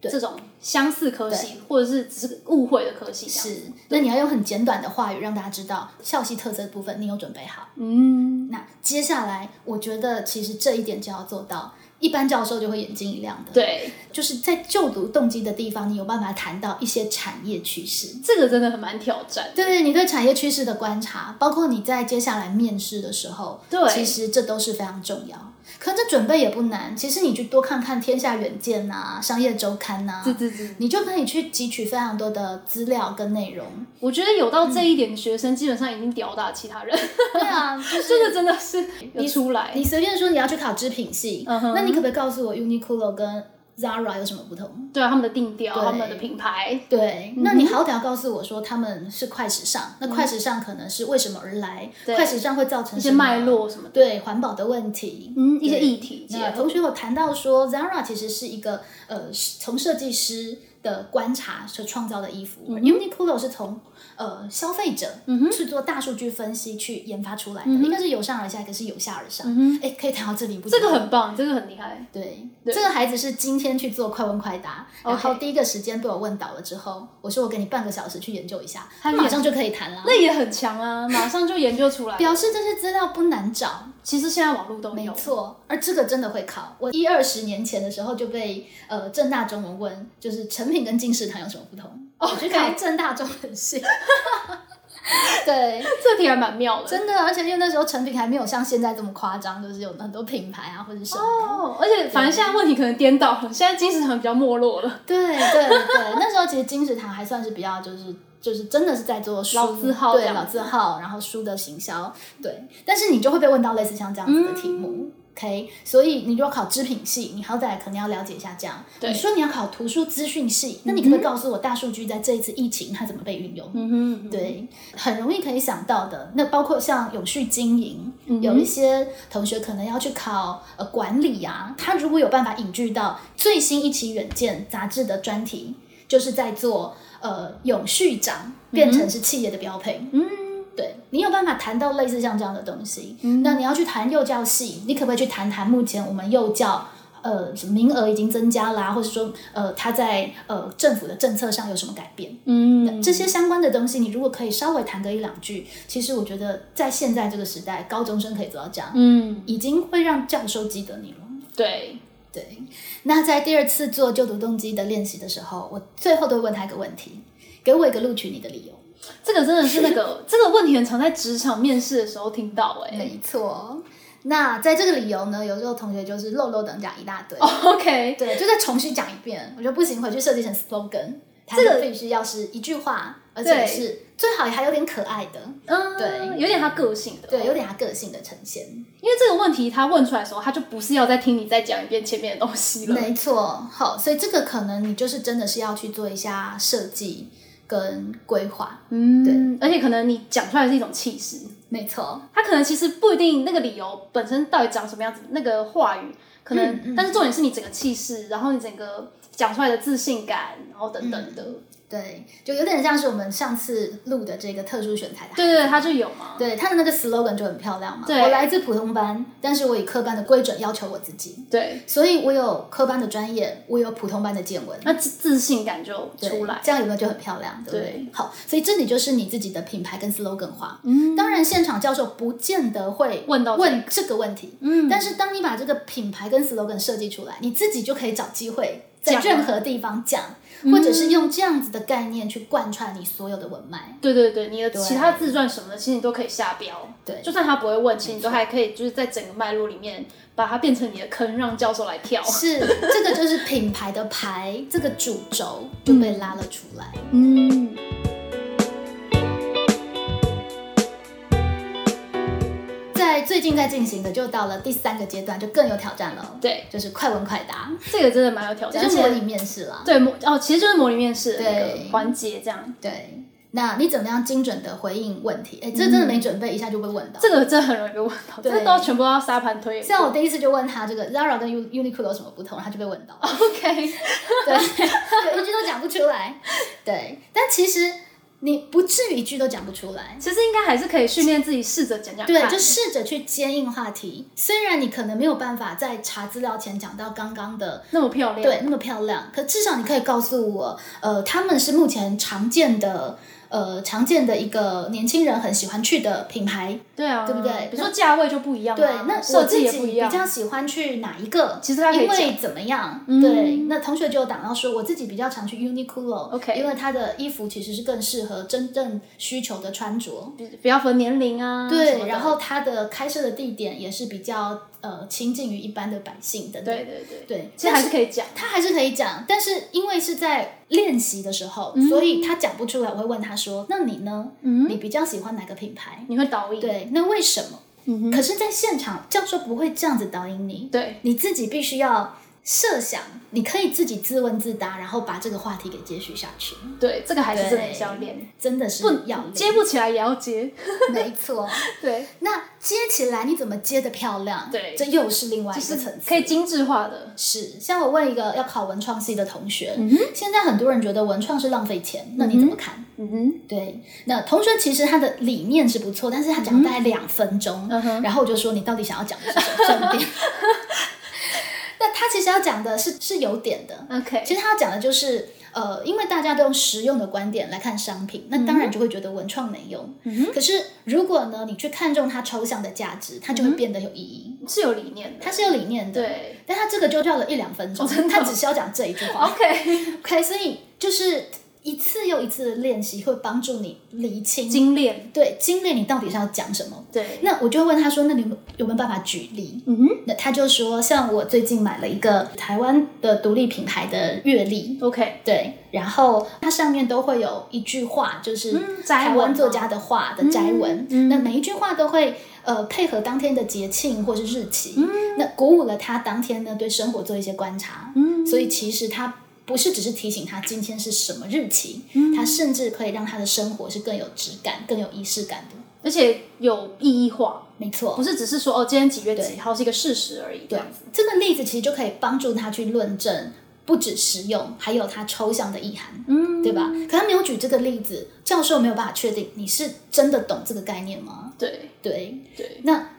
S3: 的这种相似科系，或者是只是误会的科系。是，
S1: 是，那你要用很简短的话语让大家知道校系特色的部分你有准备好。
S3: 嗯，
S1: 那接下来，我觉得其实这一点就要做到，一般教授就会眼睛一亮的。，
S3: 对，
S1: 就是在就读动机的地方，你有办法谈到一些产业趋势。
S3: 这个真的很蛮挑战。
S1: 对对，你对产业趋势的观察，包括你在接下来面试的时候，
S3: 对
S1: 其实这都是非常重要。可这准备也不难，其实你去多看看《天下远见》呐，《商业周刊》呐，
S3: 对对对，
S1: 你就可以去汲取非常多的资料跟内 容。
S3: 我觉得有到这一点的学生，基本上已经吊打其他人，
S1: 对啊，就是
S3: 这个真的是有出来。
S1: 你随便说你要去考织品系，
S3: 嗯哼
S1: 那你可不可以告诉我 Uniqlo 跟 Zara 有什么不同？
S3: 对啊，他们的定调，
S1: 对
S3: 他们的品牌，
S1: 对，那你好歹要告诉我说他们是快时尚，那快时尚可能是为什么而来？
S3: 嗯对
S1: 快时尚会造成
S3: 一
S1: 什
S3: 些
S1: 么
S3: 脉络什么的，
S1: 对环保的问题，
S3: 嗯，一些
S1: 对
S3: 议题结
S1: 那
S3: 合
S1: 同。学有谈到说，Zara 其实是一个呃，是从设计师的观察所创造的衣服、
S3: 嗯
S1: 而 Uniqlo 是从呃消费者、去做大数据分析去研发出来
S3: 嗯
S1: 的，一个是由上而下，一个是由下而上。哎、可以谈到这里不？
S3: 这个很棒，这个很厉害。
S1: 对，这个孩子是今天去做快问快答然后第一个时间被我问倒了之后，我说我给你半个小时去研究一下，他马上就可以谈啦。
S3: 那也很强 啊，马上就研究出来。
S1: 表示这些资料不难找，
S3: 其实现在网络都
S1: 没
S3: 有，
S1: 错，而这个真的会考。我一二十年前的时候就被呃正大中文问，就是成品跟进士堂有什么不同？哦，我去考正大中文 系。对，
S3: 这题还蛮妙的。
S1: 真的，而且因为那时候成品还没有像现在这么夸张，就是有很多品牌啊或者什么。
S3: 哦，而且反正现在问题可能颠倒了，现在金石堂比较没落了。
S1: 对对对，那时候其实金石堂还算是比较就是就是真的是在做书，
S3: 老字号这
S1: 对
S3: 样
S1: 老字号，然后书的行销，对。但是你就会被问到类似像这样子的题目。OK，所
S3: 嗯
S1: 以你如果考织品系，你好歹可能要了解一下这样。
S3: 对
S1: 你说你要考图书资讯系，那你可不可以告诉我大数据在这一次疫情它怎么被运用？
S3: 嗯哼，
S1: 对，很容易可以想到的。那包括像永续经营，
S3: 嗯
S1: 有一些同学可能要去考呃管理啊，他如果有办法引据到最新一期《远见》杂志的专题，就是在做呃永续
S3: 嗯
S1: 长变成是企业的标配。嗯。对你有办法谈到类似像这样的东西，
S3: 嗯
S1: 那你要去谈幼教系，你可不可以去谈谈目前我们幼教呃什么名额已经增加啦、或者说呃它在呃政府的政策上有什么改变？
S3: 嗯，
S1: 这些相关的东西，你如果可以稍微谈个一两句，其实我觉得在现在这个时代，高中生可以做到这样，
S3: 嗯，
S1: 已经会让教授记得你了。
S3: 对，
S1: 对，那在第二次做就读动机的练习的时候，我最后都会问他一个问题：给我一个录取你的理由。
S3: 这个真的是那 个这个问题很常在职场面试的时候听到哎、
S1: 没错。那在这个理由呢，有时候同学就是漏漏等讲一大堆，
S3: 哦 OK，
S1: 对，就再重新讲一遍。我觉得不行，回去设计成 slogan，它
S3: 这个
S1: 就必须要是一句话，而
S3: 对
S1: 且是最好还有点可爱的，
S3: 嗯，
S1: 对
S3: 有点他个性的，
S1: 对，有点他个性的呈现。
S3: 因为这个问题他问出来的时候，他就不是要再听你再讲一遍前面的东西了。
S1: 没错，好，所以这个可能你就是真的是要去做一下设计跟规划，
S3: 嗯，对，而且可能你讲出来是一种气势，
S1: 没错，
S3: 他可能其实不一定那个理由本身到底长什么样子，那个话语可能，
S1: 嗯嗯
S3: 但是重点是你整个气势，然后你整个讲出来的自信感，然后等等
S1: 嗯
S3: 的，
S1: 对，就有点像是我们上次录的这个特殊选材的。
S3: 对对对，他就有嘛。
S1: 对他的那个 slogan 就很漂亮嘛。
S3: 对
S1: 我来自普通班，但是我以科班的规准要求我自己，
S3: 对，
S1: 所以我有科班的专业，我有普通班的见闻，
S3: 那自自信感就
S1: 对
S3: 出来。
S1: 这样有没有就很漂亮，对不对？
S3: 对
S1: 好，所以这里就是你自己的品牌跟 slogan 化。嗯，当然现场教授不见得会
S3: 问到这
S1: 问这个问题，
S3: 嗯
S1: 但是当你把这个品牌跟 slogan 设计出来，你自己就可以找机会在
S3: 讲嗯
S1: 任何地方讲，或者是用这样子的概念去贯穿你所有的文脉。
S3: 对对对，你的其他自传什么的，其实你都可以下标。
S1: 对
S3: 就算他不会问，其实你都还可以，就是在整个脉络里面把它变成你的坑，让教授来跳。
S1: 是，这个就是品牌的牌，这个主轴就被拉了出来。
S3: 嗯，
S1: 在最近在进行的，就到了第三个阶段，就更有挑战了，
S3: 对，
S1: 就是快问快答，
S3: 这个真的蛮有挑
S1: 这
S3: 战，
S1: 就是模
S3: 而且
S1: 拟面试啦。
S3: 对模哦，其实就是模拟面试的那
S1: 对
S3: 个环节，这样
S1: 对，那你怎么样精准的回应问题？哎，这真的没准备，一下就被问到。
S3: 这个真的很容易被问到，这
S1: 对
S3: 个都要全部都要沙盘推演过。
S1: 像我第一次就问他这个 Zara 跟 Un- Uniqlo 有什么不同，他就被问到。
S3: OK，
S1: 对，对，一句都讲不出来。 对，但其实你不至于一句都讲不出来。
S3: 其实应该还是可以训练自己，试着讲讲
S1: 对，
S3: 看
S1: 就试着去接应话题，虽然你可能没有办法在查资料前讲到刚刚的。
S3: 那么漂亮。
S1: 对，那么漂亮，可至少你可以告诉我，呃，他们是目前常见的，呃，常见的一个年轻人很喜欢去的品牌。
S3: 对啊，
S1: 对不对
S3: 比如说价位就不一样啊，
S1: 对，那
S3: 设
S1: 我自
S3: 计
S1: 己
S3: 也不一
S1: 比
S3: 样。
S1: 较喜欢去哪一个？
S3: 其实它可以
S1: 因为
S3: 讲
S1: 怎么样？
S3: 嗯
S1: 对，那同学就有讲到说，我自己比较常去 Uniqlo。
S3: OK
S1: 因为它的衣服其实是更适合真正需求的穿着。
S3: 比比较符合年龄啊，什么
S1: 对，
S3: 的
S1: 然后它的开设的地点也是比较呃亲近于一般的百姓等等。
S3: 对对对，
S1: 对，
S3: 其实还是可以讲。
S1: 他还是可以讲，但是因为是在练习的时候，所以他讲不出来。我会问他说：“那你呢？你比较喜欢哪个品牌？
S3: 你会导引，
S1: 对，那为什么？”
S3: 嗯
S1: 可是，在现场教授不会这样子导引你，
S3: 对，
S1: 你自己必须要设想，你可以自己自问自答，然后把这个话题给接续下去。
S3: 对，这个还是真的很
S1: 对
S3: 要练，
S1: 真的是要练
S3: 接不起来也要接。
S1: 没错。
S3: 对，
S1: 那接起来你怎么接的漂亮？
S3: 对
S1: 这又是另外一
S3: 就
S1: 个
S3: 是
S1: 层次。
S3: 可以精致化的。
S1: 是，像我问一个要考文创系的同学，现在很多人觉得文创是浪费钱，那你怎么看？
S3: 嗯哼，
S1: 对，那同学其实他的理念是不错，但是他讲了大概两分钟，然后我就说你到底想要讲的是什么重点？那他其实要讲的是是有点的，
S3: OK，
S1: 其实他要讲的就是，呃，因为大家都用实用的观点来看商品，那当然就会觉得文创没用。可是如果呢，你去看重它抽象的价值，它就会变得有意义。
S3: 是有理念的。
S1: 它是有理念的，
S3: 对
S1: 但它这个就要了一两分钟，
S3: 真的哦
S1: 它只是要讲这一句话。
S3: OK，
S1: OK，所以就是一次又一次的练习会帮助你厘清，
S3: 精炼，
S1: 对，精炼你到底是要讲什么。
S3: 对，
S1: 那我就问他说：“那你有没有有没有办法举例？”
S3: 嗯哼
S1: 那他就说：“像我最近买了一个台湾的独立品牌的月历，
S3: ，OK，
S1: 对，然后它上面都会有一句话，就是
S3: 嗯摘
S1: 台
S3: 文
S1: 湾
S3: 吗
S1: 作家的话的摘文。
S3: 嗯嗯
S1: 那每一句话都会呃配合当天的节庆或是日期，那鼓舞了他当天呢对生活做一些观察。
S3: 嗯
S1: 所以其实他不是只是提醒他今天是什么日期，
S3: 嗯
S1: 他甚至可以让他的生活是更有质感、更有仪式感的。
S3: 而且有意义化，
S1: 没错，
S3: 不是只是说哦，今天几月几号是一个事实而已，这
S1: 对
S3: 样子。，
S1: 这个例子其实就可以帮助他去论证，不止实用，还有它抽象的意涵，
S3: 嗯，
S1: 对吧？可他没有举这个例子，教授没有办法确定你是真的懂这个概念吗？
S3: 对
S1: 对，
S3: 对，
S1: 那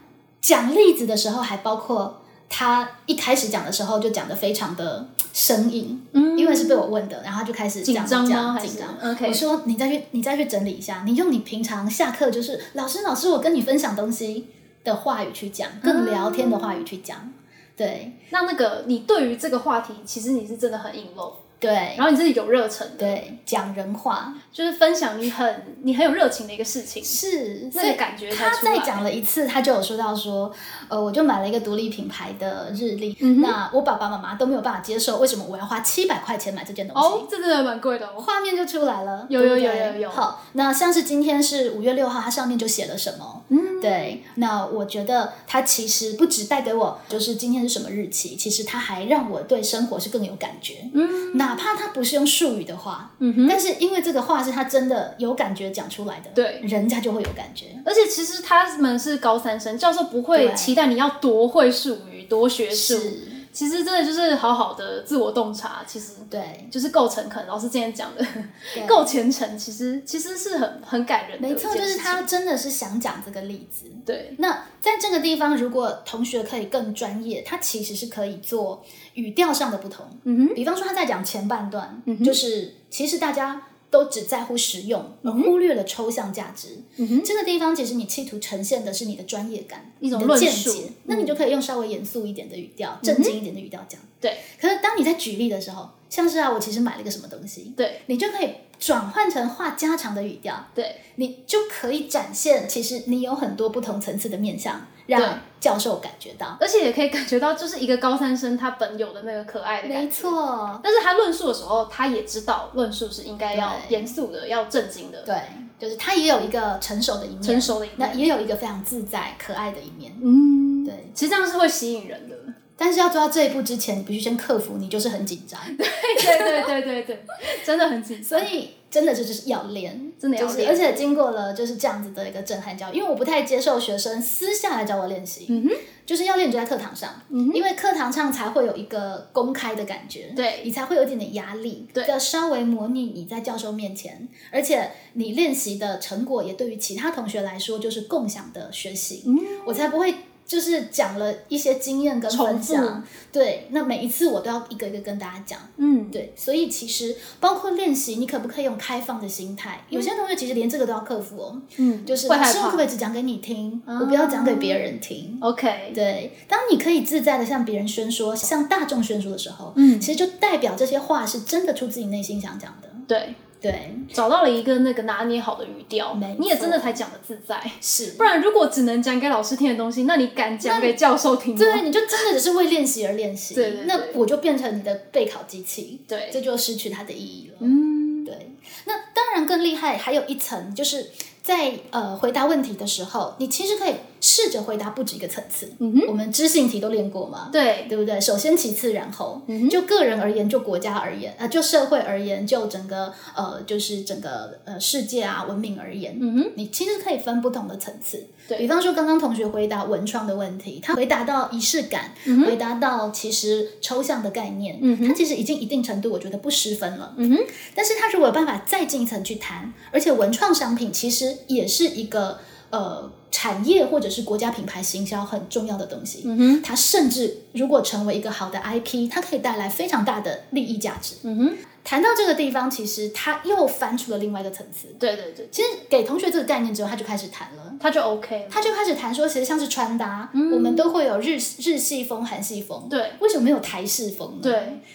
S1: 讲例子的时候还包括他一开始讲的时候就讲的非常的生硬，
S3: 嗯
S1: 因为是被我问的，然后他就开始讲
S3: 紧张吗
S1: 讲
S3: 还是
S1: 紧张。
S3: OK
S1: 我说你再去你再去整理一下，你用你平常下课就是老师老师我跟你分享东西的话语去讲，更聊天的话语去讲，对
S3: 那那个你对于这个话题，其实你是真的很 involve，
S1: 对
S3: 然后你是有热忱的，
S1: 对，讲人话
S3: 就是分享你很你很有热情的一个事情，
S1: 是，
S3: 那
S1: 所以
S3: 个感觉才
S1: 他
S3: 出来
S1: 再讲了一次，他就有说到说，呃，我就买了一个独立品牌的日历，
S3: 嗯哼
S1: 那我爸爸妈妈都没有办法接受，为什么我要花七百块钱买这件东西？
S3: 哦，这真的蛮贵的哦。
S1: 画面就出来了，
S3: 有
S1: 对
S3: 有
S1: 不对
S3: 有有有
S1: 好，那像是今天是五月六号，它上面就写了什么？
S3: 嗯，
S1: 对，那我觉得它其实不只带给我，就是今天是什么日期，其实它还让我对生活是更有感觉。
S3: 嗯，
S1: 哪怕它不是用术语的话，
S3: 嗯哼
S1: 但是因为这个话是他真的有感觉讲出来的，
S3: 对
S1: 人家就会有感觉。
S3: 而且其实他们是高三生，教授不会
S1: 对
S3: 期待你要多会术语、多学术，
S1: 是，
S3: 其实真的就是好好的自我洞察，其实
S1: 对，
S3: 就是够诚恳。老师之前讲的
S1: 对
S3: 够虔诚，其实其实是很很感人的一
S1: 没
S3: 件
S1: 错，
S3: 事情。
S1: 就是他真的是想讲这个例子。
S3: 对，
S1: 那在这个地方，如果同学可以更专业，他其实是可以做语调上的不同。
S3: 嗯哼，
S1: 比方说他在讲前半段，
S3: 嗯哼
S1: 就是其实大家都只在乎实用，而忽略了抽象价值。
S3: 嗯哼，
S1: 这个地方其实你企图呈现的是你的专业感，
S3: 一种
S1: 你的
S3: 论
S1: 见
S3: 述嗯
S1: 解，那你就可以用稍微严肃一点的语调、正经一点的语调讲。
S3: 对
S1: 可是当你在举例的时候，像是啊，我其实买了一个什么东西，
S3: 对
S1: 你就可以转换成话家常的语调，
S3: 对，
S1: 你就可以展现其实你有很多不同层次的面向，让教授感觉到。
S3: 而且也可以感觉到，就是一个高三生他本有的那个可爱的感
S1: 没
S3: 觉。
S1: 错，
S3: 但是他论述的时候，他也知道论述是应该要
S1: 对
S3: 严肃的、要正经的、
S1: 对，就是他也有一个成熟的一面，
S3: 成熟的一
S1: 那
S3: 面。
S1: 也有一个非常自在、可爱的一面。
S3: 嗯，
S1: 对，
S3: 其实这样是会吸引人的。
S1: 但是要做到这一步之前，你必须先克服，你就是很紧张，
S3: 对对对对对， 真的很紧张。
S1: 所以真的就是要练，
S3: 真的要
S1: 就是，
S3: 练
S1: 而且经过了就是这样子的一个震撼教育，因为我不太接受学生私下来找我练习，
S3: 嗯哼，
S1: 就是要练你就在课堂上，
S3: 嗯哼
S1: 因为课堂上才会有一个公开的感觉，
S3: 对
S1: 你才会有一点点压力，
S3: 对
S1: 要稍微模拟你在教授面前，而且你练习的成果也对于其他同学来说就是共享的学习，
S3: 嗯
S1: 我才不会就是讲了一些经验跟分
S3: 重
S1: 享，对，那每一次我都要一个一个跟大家讲。
S3: 嗯，
S1: 对，所以其实包括练习，你可不可以用开放的心态？有些同学其实连这个都要克服哦，
S3: 嗯，
S1: 就是
S3: 会
S1: 老
S3: 害
S1: 师我可不可
S3: 怕。
S1: 以只讲给你听，
S3: 啊
S1: 我不要讲给别人听？
S3: OK，
S1: 对，当你可以自在的向别人宣说，向大众宣说的时候，
S3: 嗯
S1: 其实就代表这些话是真的出自你内心想讲的。
S3: 对，
S1: 对，
S3: 找到了一个那个拿捏好的语调
S1: 没，
S3: 你也真的
S1: 错
S3: 才讲的自在。
S1: 是
S3: 不，然，如果只能讲给老师听的东西，那你敢讲给教授听吗？
S1: 对，你就真的只是为练习而练习，
S3: 对对对
S1: 那我就变成你的备考机器，
S3: 对
S1: 这就失去它的意义了。
S3: 嗯，
S1: 对，那当然更厉害，还有一层就是在呃回答问题的时候，你其实可以试着回答不止一个层次。
S3: 嗯哼
S1: 我们知性题都练过嘛，
S3: 对，
S1: 对不对？首先，其次，然后，
S3: 嗯哼
S1: 就个人而言，就国家而言，啊、就社会而言，就整个呃，就是整个呃世界啊文明而言，
S3: 嗯哼，
S1: 你其实可以分不同的层次。
S3: 对
S1: 比方说，刚刚同学回答文创的问题，他回答到仪式感，
S3: 嗯
S1: 回答到其实抽象的概念，
S3: 嗯哼
S1: 他其实已经一定程度，我觉得不失分了。
S3: 嗯哼，
S1: 但是他如果有办法再进一层去谈，而且文创商品其实也是一个呃产业或者是国家品牌行销很重要的东西。
S3: 嗯哼，
S1: 它甚至如果成为一个好的 IP，它可以带来非常大的利益价值。
S3: 嗯哼，
S1: 谈到这个地方，其实他又翻出了另外一个层次。
S3: 对对对，
S1: 其实给同学这个概念之后，他就开始谈了。
S3: 他就 OK 了。
S1: 他就开始谈说，其实像是穿搭，我们都会有日日系风、韩系风，
S3: 嗯对，
S1: 为什么没有台式风呢？
S3: 对，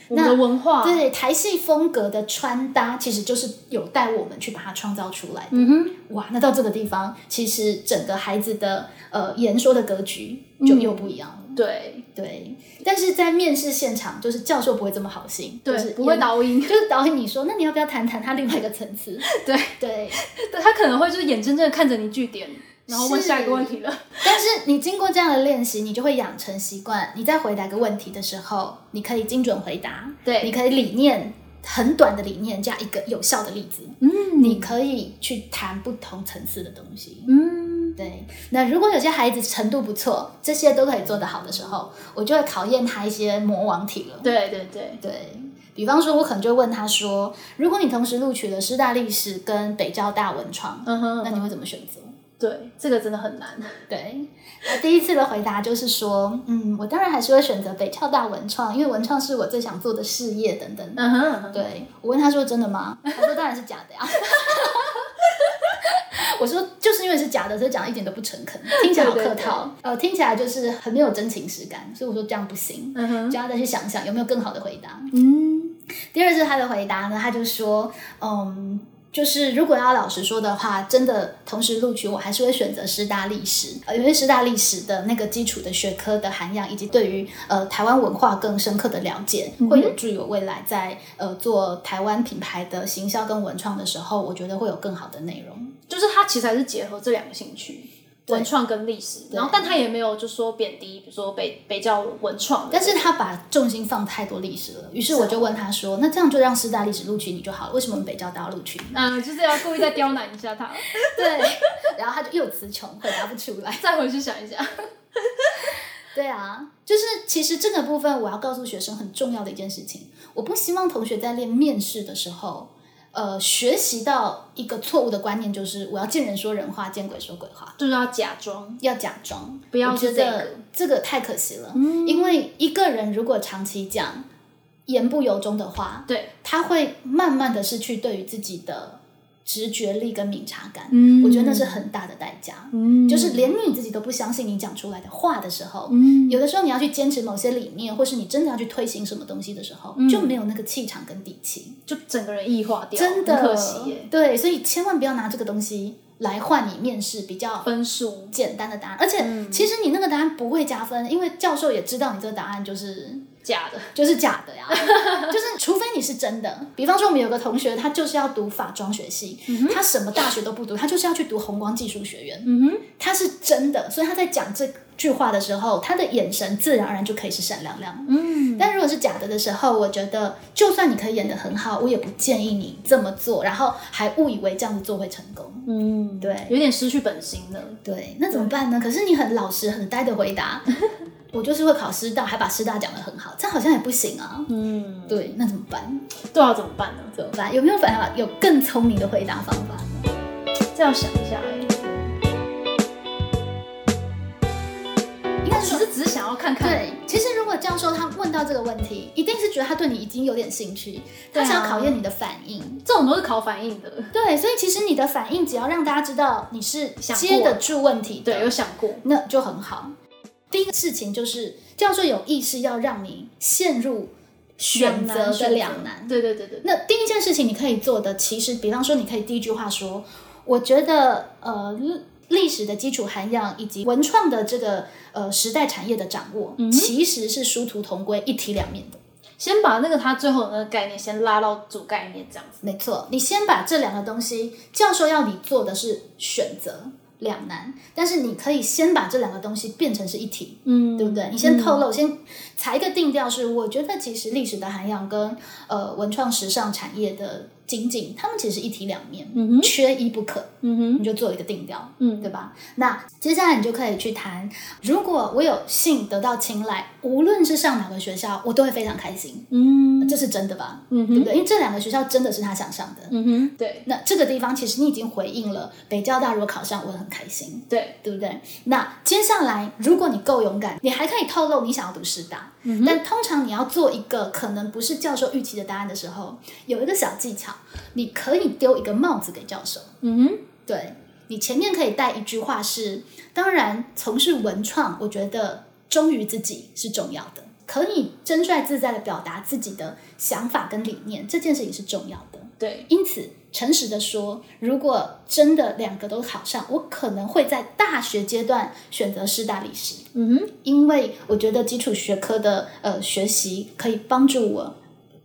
S3: 我
S1: 那
S3: 们的文化，
S1: 对，台系风格的穿搭其实就是有待我们去把它创造出来的。
S3: 嗯哼，
S1: 哇，那到这个地方，其实整个孩子的呃言说的格局
S3: 嗯
S1: 就又不一样了。
S3: 对
S1: 对，但是在面试现场，就是教授不会这么好心，就是
S3: 对，不会
S1: 演
S3: 导音，
S1: 就是导演你说，那你要不要谈谈他另外一个层次？
S3: 对
S1: 对，
S3: 对他可能会就是眼睁睁地看着你据点，然后问
S1: 是
S3: 下一个问题了。
S1: 但是你经过这样的练习，你就会养成习惯。你在回答一个问题的时候，你可以精准回答，
S3: 对
S1: 你可以理念很短的理念加一个有效的例子，
S3: 嗯
S1: 你可以去谈不同层次的东西。
S3: 嗯，
S1: 对，那如果有些孩子程度不错，这些都可以做得好的时候，我就会考验他一些魔王题了。
S3: 对对对，
S1: 对比方说，我可能就问他说：“如果你同时录取了师大历史跟北交大文创，
S3: 嗯哼，
S1: 那你会怎么选择？”
S3: 对这个真的很难。
S1: 对，那第一次的回答就是说，嗯，我当然还是会选择北交大文创，因为文创是我最想做的事业等等。
S3: 嗯哼，
S1: 对我问他说真的吗？他说当然是假的呀、 我说就是因为是假的，所以讲得一点都不诚恳，听起来好
S3: 对
S1: 客
S3: 对
S1: 套，呃，听起来就是很没有真情实感，所以我说这样不行，
S3: 嗯哼，
S1: 叫他再去想想有没有更好的回答。
S3: 嗯，
S1: 第二次他的回答呢，他就说，嗯，就是如果要老实说的话，真的同时录取，我还是会选择师大历史，呃，因为师大历史的那个基础的学科的涵养，以及对于呃台湾文化更深刻的了解，会有助于我未来在呃做台湾品牌的行销跟文创的时候，我觉得会有更好的内容。
S3: 就是他其实还是结合这两个兴趣。文创跟历史，然后但他也没有就说贬低，比如说北北教文创的，
S1: 但是他把重心放太多历史了，于是我就问他说，那这样就让师大历史录取你就好了，为什么我们北交都要录取你？
S3: 嗯，就是要故意再刁难一下他，
S1: 对， 然后他就又词穷，回答不出来。
S3: 再回去想一下。
S1: 对啊，就是其实这个部分我要告诉学生很重要的一件事情，我不希望同学在练面试的时候，呃，学习到一个错误的观念，就是我要见人说人话，见鬼说鬼话。
S3: 就是要假装，
S1: 要假装，
S3: 不要
S1: 我觉
S3: 是这个嗯
S1: 得这个太可惜了，因为一个人如果长期讲言不由衷的话，
S3: 对，
S1: 他会慢慢的失去对于自己的直觉力跟敏察感，
S3: 嗯
S1: 我觉得那是很大的代价，
S3: 嗯
S1: 就是连你自己都不相信你讲出来的话的时候，
S3: 嗯，
S1: 有的时候你要去坚持某些理念，或是你真的要去推行什么东西的时候，就没有那个气场跟底气，
S3: 就整个人异化掉，
S1: 真的
S3: 很可惜耶。
S1: 对，所以千万不要拿这个东西来换你面试比较
S3: 分数，
S1: 简单的答案，而且其实你那个答案不会加分，因为教授也知道你这个答案就是。
S3: 假的，
S1: 就是假的呀， 就是除非你是真的。比方说，我们有个同学，他就是要读法妆学系，他什么大学都不读，他就是要去读红光技术学院。
S3: 嗯哼，
S1: 他是真的，所以他在讲这句话的时候，他的眼神自然而然就可以是闪亮亮。
S3: 嗯，
S1: 但如果是假的的时候，我觉得就算你可以演得很好，我也不建议你这么做，然后还误以为这样子做会成功。
S3: 嗯，
S1: 对
S3: 有点失去本心了，
S1: 对，那怎么办呢？可是你很老实、很呆的回 答，我就是会考师大，还把师大讲得很好，这样好像也不行啊。
S3: 嗯，
S1: 对，那怎么办？
S3: 对啊，怎么办呢？
S1: 怎么办？有没有办法有更聪明的回答方法呢？
S3: 这要想一下哎，
S1: 应该
S3: 其
S1: 是说
S3: 实只是想要看看，
S1: 对，其实如果教授他问到这个问题，一定是觉得他对你已经有点兴趣，他
S3: 对啊
S1: 想要考验你的反应。
S3: 这种都是考反应的，
S1: 对，所以其实你的反应只要让大家知道你是
S3: 想
S1: 接
S3: 过
S1: 得住问题
S3: 对，有
S1: 的，
S3: 想过，
S1: 那就很好。第一个事情就是教授有意识要让你陷入选择的两难。
S3: 对对对对，对
S1: 那第一件事情你可以做的，其实比方说，你可以第一句话说：“我觉得呃，历历史的基础涵养以及文创的这个呃时代产业的掌握，其实是殊途同归、一体两面的。
S3: 先把那个他最后的那个概念先拉到主概念这样子，
S1: 没错，你先把这两个东西，教授要你做的是选择两难，但是你可以先把这两个东西变成是一体。
S3: 嗯，
S1: 对不对？你先透露，先裁一个定调是，我觉得其实历史的涵养跟呃文创时尚产业的仅仅他们其实一体两面，
S2: 嗯哼
S1: 缺一不可，
S2: 嗯
S1: 你
S2: 哼，
S1: 就做一个定调，
S2: 嗯
S1: 对吧？那接下来你就可以去谈，如果我有幸得到青睐，无论是上哪个学校，我都会非常开心，
S2: 嗯
S1: 这是真的吧？
S2: 嗯
S1: 对不
S2: 哼，
S1: 对？因为这两个学校真的是他想上的。
S2: 嗯哼，
S1: 对，那这个地方其实你已经回应了，北交大如果考上，我会很开心。
S2: 对，
S1: 对不对？那接下来，如果你够勇敢，你还可以透露你想要读师大。
S2: 嗯哼
S1: 但通常你要做一个可能不是教授预期的答案的时候，有一个小技巧，你可以丢一个帽子给教授。
S2: 嗯哼，
S1: 对你前面可以带一句话是：当然，从事文创，我觉得忠于自己是重要的，可以真率自在的表达自己的想法跟理念，这件事情是重要的。
S2: 对，
S1: 因此，诚实的说，如果真的两个都考上，我可能会在大学阶段选择师大历史，
S2: 嗯哼，
S1: 因为我觉得基础学科的呃学习可以帮助我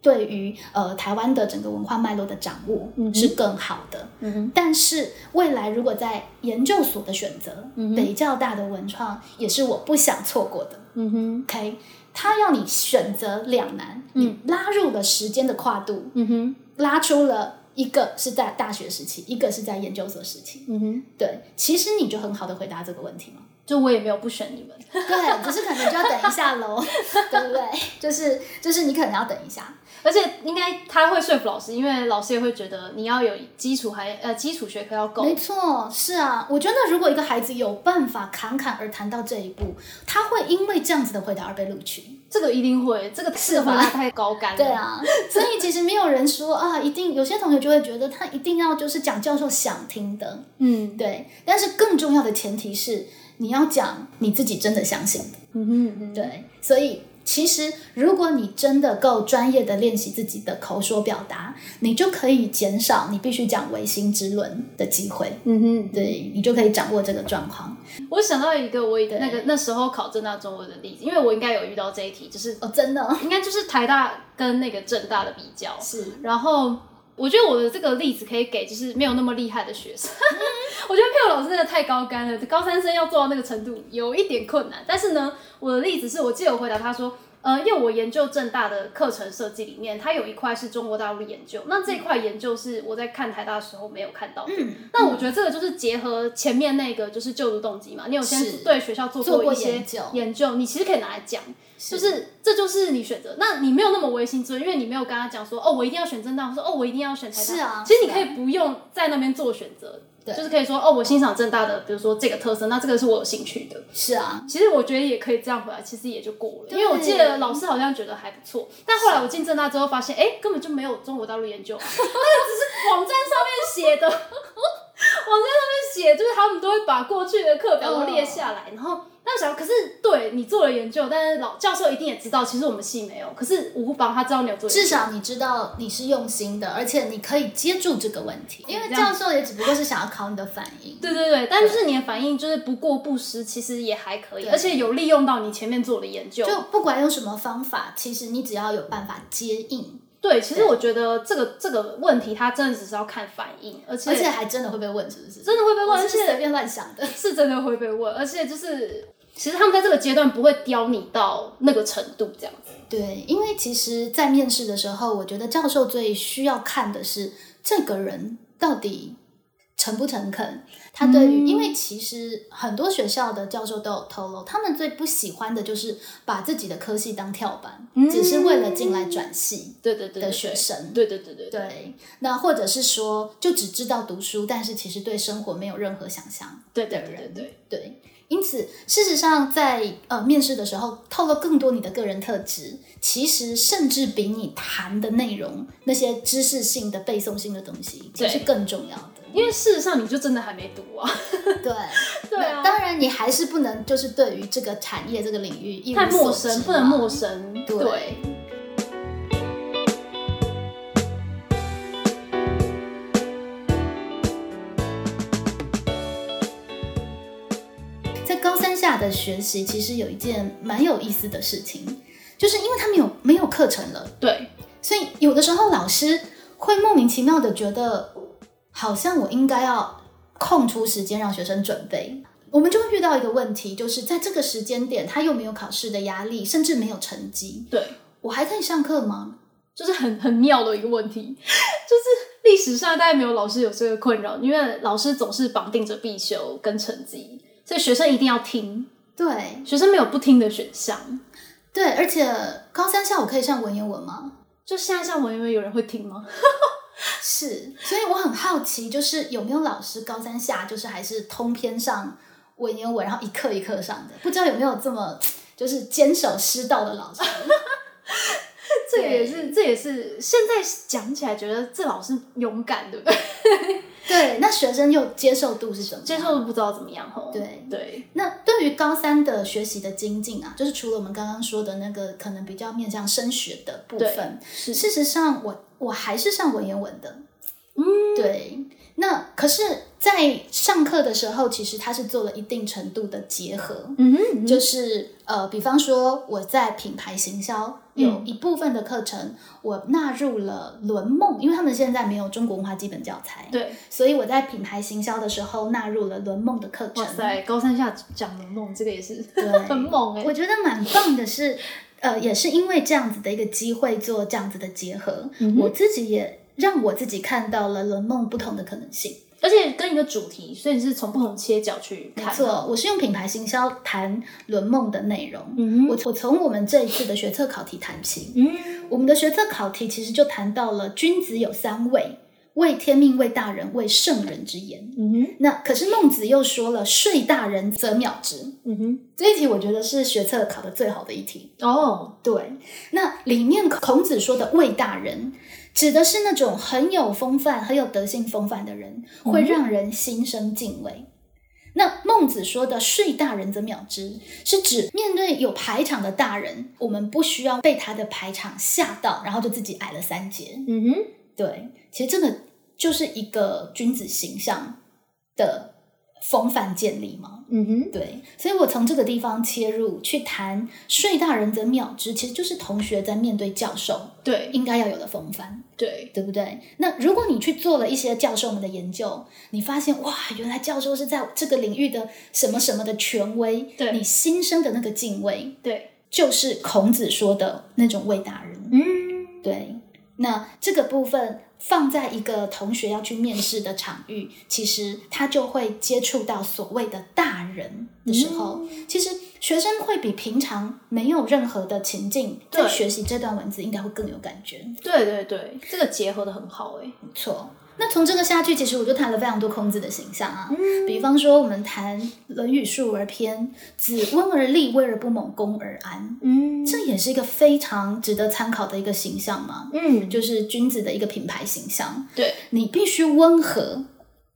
S1: 对于呃台湾的整个文化脉络的掌握
S2: 嗯哼
S1: 是更好的。
S2: 嗯哼，
S1: 但是未来如果在研究所的选择，
S2: 嗯哼
S1: 北教大的文创也是我不想错过的。
S2: 嗯哼，
S1: OK，他要你选择两难，
S2: 嗯
S1: 你拉入了时间的跨度，
S2: 嗯哼，
S1: 拉出了一个是在大学时期，一个是在研究所时期。
S2: 嗯哼，
S1: 对，其实你就很好的回答这个问题嘛。
S2: 就我也没有不选你们，
S1: 对，只是可能就要等一下喽， 对不对？就是就是你可能要等一下。
S2: 而且应该他会说服老师，因为老师也会觉得你要有基础还呃基础学科要够，
S1: 没错，是啊，我觉得如果一个孩子有办法侃侃而谈到这一步，他会因为这样子的回答而被录取。
S2: 这个一定会，这个这个
S1: 吧
S2: 回答太高干了，
S1: 对，啊，所以其实没有人说啊，一定有些同学就会觉得他一定要就是讲教授想听的，
S2: 嗯，
S1: 对。但是更重要的前提是你要讲你自己真的相信的。
S2: 嗯哼，嗯哼，
S1: 对，所以其实如果你真的够专业的练习自己的口说表达，你就可以减少你必须讲唯心之论的机会。
S2: 嗯哼，
S1: 对你就可以掌握这个状况
S2: 我想到一个我以那个那时候考正大中文的例子，因为我应该有遇到这一题，就是呃
S1: 哦，真的哦
S2: 应该就是台大跟那个正大的比较，
S1: 是
S2: 然后我觉得我的这个例子可以给就是没有那么厉害的学生， 我觉得佩友老师真的太高干了，高三生要做到那个程度有一点困难。但是呢，我的例子是我记得我回答他说。呃，因为我研究正大的课程设计里面，它有一块是中国大陆研究，那这一块研究是我在看台大的时候没有看到的。
S1: 嗯
S2: 那我觉得这个就是结合前面那个就是就读动机嘛，你有
S1: 是
S2: 先对学校做
S1: 做过
S2: 一些
S1: 研究
S2: 研究，你其实可以拿来讲，就是这就是你选择。那你没有那么唯心之论，因为你没有跟他讲说哦，我一定要选正大，或说哦，我一定要选台大。
S1: 是啊
S2: 其实你
S1: 是啊
S2: 可以不用在那边做选择，
S1: 对
S2: 就是可以说哦，我欣赏正大的，比如说这个特色，那这个是我有兴趣的。
S1: 是啊，
S2: 其实我觉得也可以这样回来，其实也就过了。因
S1: 对
S2: 为我记得老师好像觉得还不错，但后来我进正大之后发现，哎，根本就没有中国大陆研究、啊，那个只是网站上面写的。网站 上面写，就是他们都会把过去的课表都列下来，然后那我想，可是对你做了研究，但是老教授一定也知道，其实我们系没有，可是吴帮他知道你有做研究，
S1: 至少你知道你是用心的，而且你可以接住这个问题，因为
S2: 这样
S1: 教授也只不过是想要考你的反应。
S2: 对对对，但是你的反应就是不过不失，其实也还可以，
S1: 对
S2: 而且有利用到你前面做的研究，
S1: 就不管用什么方法，其实你只要有办法接应，
S2: 对，其实我觉得这个这个问题，它真的只是要看反应，而且
S1: 而且还真的会被问，是不是？
S2: 真的会被问，
S1: 我
S2: 而
S1: 是随
S2: 且
S1: 便乱想的。
S2: 是真的会被问，而且就是其实他们在这个阶段不会刁你到那个程度，这样子。
S1: 对，因为其实，在面试的时候，我觉得教授最需要看的是这个人到底诚不诚恳。他对于，
S2: 嗯
S1: 因为其实很多学校的教授都有透露，他们最不喜欢的就是把自己的科系当跳板，只是为了进来转系
S2: 对对对
S1: 的学，生。
S2: 对对对对对
S1: 对，那或者是说，就只知道读书，但是其实对生活没有任何想象。
S2: 对对
S1: 的
S2: 对对
S1: 人
S2: 对，
S1: 对，因此，事实上在，呃面试的时候，透露更多你的个人特质，其实甚至比你谈的内容那些知识性的背诵性的东西，其
S2: 对
S1: 实更重要的。
S2: 因为事实上你就真的还没读啊，
S1: 对，
S2: 对
S1: 那
S2: 啊，
S1: 当然你还是不能就是对于这个产业这个领域一无
S2: 太陌
S1: 所知
S2: 生，
S1: 嘛
S2: 不能陌生，
S1: 对
S2: 对
S1: 在高三下的学习，其实有一件蛮有意思的事情，就是因为他们有没有课程了。
S2: 对
S1: 所以有的时候老师会莫名其妙的觉得，好像我应该要空出时间让学生准备。我们就会遇到一个问题，就是在这个时间点，他又没有考试的压力，甚至没有成绩，
S2: 对，
S1: 我还可以上课吗？
S2: 就是很很妙的一个问题，就是史上大概没有老师有这个困扰，因为老师总是绑定着必修跟成绩，所以学生一定要听，
S1: 对
S2: 学生没有不听的选项。
S1: 对，而且高三下我可以上文言文吗？
S2: 就现在像文言文有人会听吗？
S1: 是，所以我很好奇，就是有没有老师高三下就是还是通篇上文言文，然后一课一课上的，不知道有没有这么就是坚守师道的老师？
S2: 这也是，这也是现在讲起来觉得这老师勇敢，对不 对？
S1: 对，那学生又接受度是什么？
S2: 接受度不知道怎么样吼。
S1: 对
S2: 对，
S1: 那对于高三的学习的精进啊，就是除了我们刚刚说的那个可能比较面向升学的部分，
S2: 是
S1: 事实上我我还是上文言文的，嗯，对。那可是，在上课的时候，其实它是做了一定程度的结合，
S2: 嗯哼，
S1: 就是呃，比方说我在品牌行销
S2: 嗯
S1: 有一部分的课程，我纳入了《轮梦》，因为他们现在没有中国文化基本教材，
S2: 对。
S1: 所以我在品牌行销的时候纳入了《轮梦》的课程。
S2: 哇塞，高三下讲的梦，这个也是
S1: 对
S2: 很猛哎、
S1: 我觉得蛮棒的是，呃，也是因为这样子的一个机会做这样子的结合，我自己也让我自己看到了《轮梦》不同的可能性。
S2: 而且跟一个主题，所以你是从不同切角去
S1: 没
S2: 看。
S1: 错，我是用品牌行销谈《轮梦》的内容。
S2: 嗯
S1: 我我从我们这一次的学测考题谈起，
S2: 嗯，
S1: 我们的学测考题其实就谈到了君子有三畏：畏天命、畏大人、畏圣人之言。
S2: 嗯哼，
S1: 那可是孟子又说了“睡大人则秒之
S2: 嗯哼，”，
S1: 这一题我觉得是学测考的最好的一题。
S2: 哦，
S1: 对，那里面孔子说的“畏大人”，指的是那种很有风范、很有德性风范的人，会让人心生敬畏。那孟子说的“睡大人则秒之”，是指面对有排场的大人，我们不需要被他的排场吓到，然后就自己矮了三截。
S2: 嗯哼，
S1: 对，其实这个就是一个君子形象的风范建立嘛。
S2: 嗯哼，
S1: 对，所以我从这个地方切入去谈“睡大人则秒之”，其实就是同学在面对教授
S2: 对
S1: 应该要有的风范，
S2: 对，
S1: 对不对？那如果你去做了一些教授们的研究，你发现哇，原来教授是在这个领域的什么什么的权威，
S2: 对
S1: 你心生的那个敬畏，
S2: 对，
S1: 就是孔子说的那种畏大人。
S2: 嗯，
S1: 对，那这个部分。放在一个同学要去面试的场域，其实他就会接触到所谓的大人的时候，其实学生会比平常没有任何的情境，在
S2: 对
S1: 学习这段文字应该会更有感觉。
S2: 对对对，这个结合的很好哎、
S1: 没错。那从这个下去，其实我就谈了非常多孔子的形象啊，比方说我们谈《论语述而篇》，子温而立，威而不猛，恭而安，
S2: 嗯
S1: 这也是一个非常值得参考的一个形象嘛，
S2: 嗯，就
S1: 就是君子的一个品牌形象。
S2: 对，
S1: 你必须温和，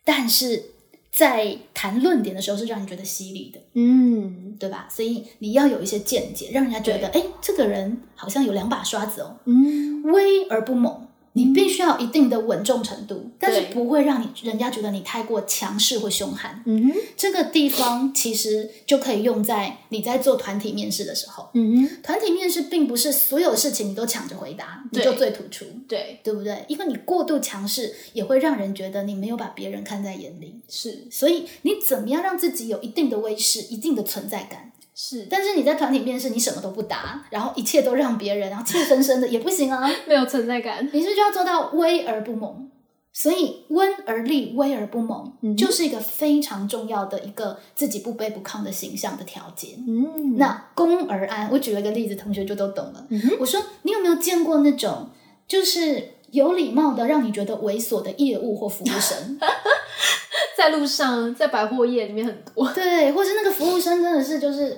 S1: 但是在谈论点的时候是让你觉得犀利的。
S2: 嗯
S1: 对吧？所以你要有一些见解，让人家觉得，哎，这个人好像有两把刷子哦，
S2: 嗯，
S1: 威而不猛。你必须要有一定的稳重程度，但是不会让你人家觉得你太过强势或凶悍。
S2: 嗯哼，
S1: 这个地方其实就可以用在你在做团体面试的时候。
S2: 嗯哼，
S1: 团体面试并不是所有事情你都抢着回答，你
S2: 对
S1: 就最突出，
S2: 对，
S1: 对不对？因为你过度强势也会让人觉得你没有把别人看在眼里。
S2: 是
S1: 所以你怎么样让自己有一定的威势、一定的存在感？
S2: 是，
S1: 但是你在团体面试，你什么都不答，然后一切都让别人，然后怯生生 的也不行啊。
S2: 没有存在感。
S1: 你是不是就要做到威而不猛？所以温而立，威而不猛，
S2: 嗯
S1: 就是一个非常重要的一个自己不卑不亢的形象的调节。
S2: 嗯
S1: 那恭而安，我举了一个例子，同学就都懂了。
S2: 嗯哼
S1: 我说，你有没有见过那种就是有礼貌的，让你觉得猥琐的业务或服务 生？
S2: 在路上，在百货业里面很多，
S1: 对，或是那个服务生真的是就是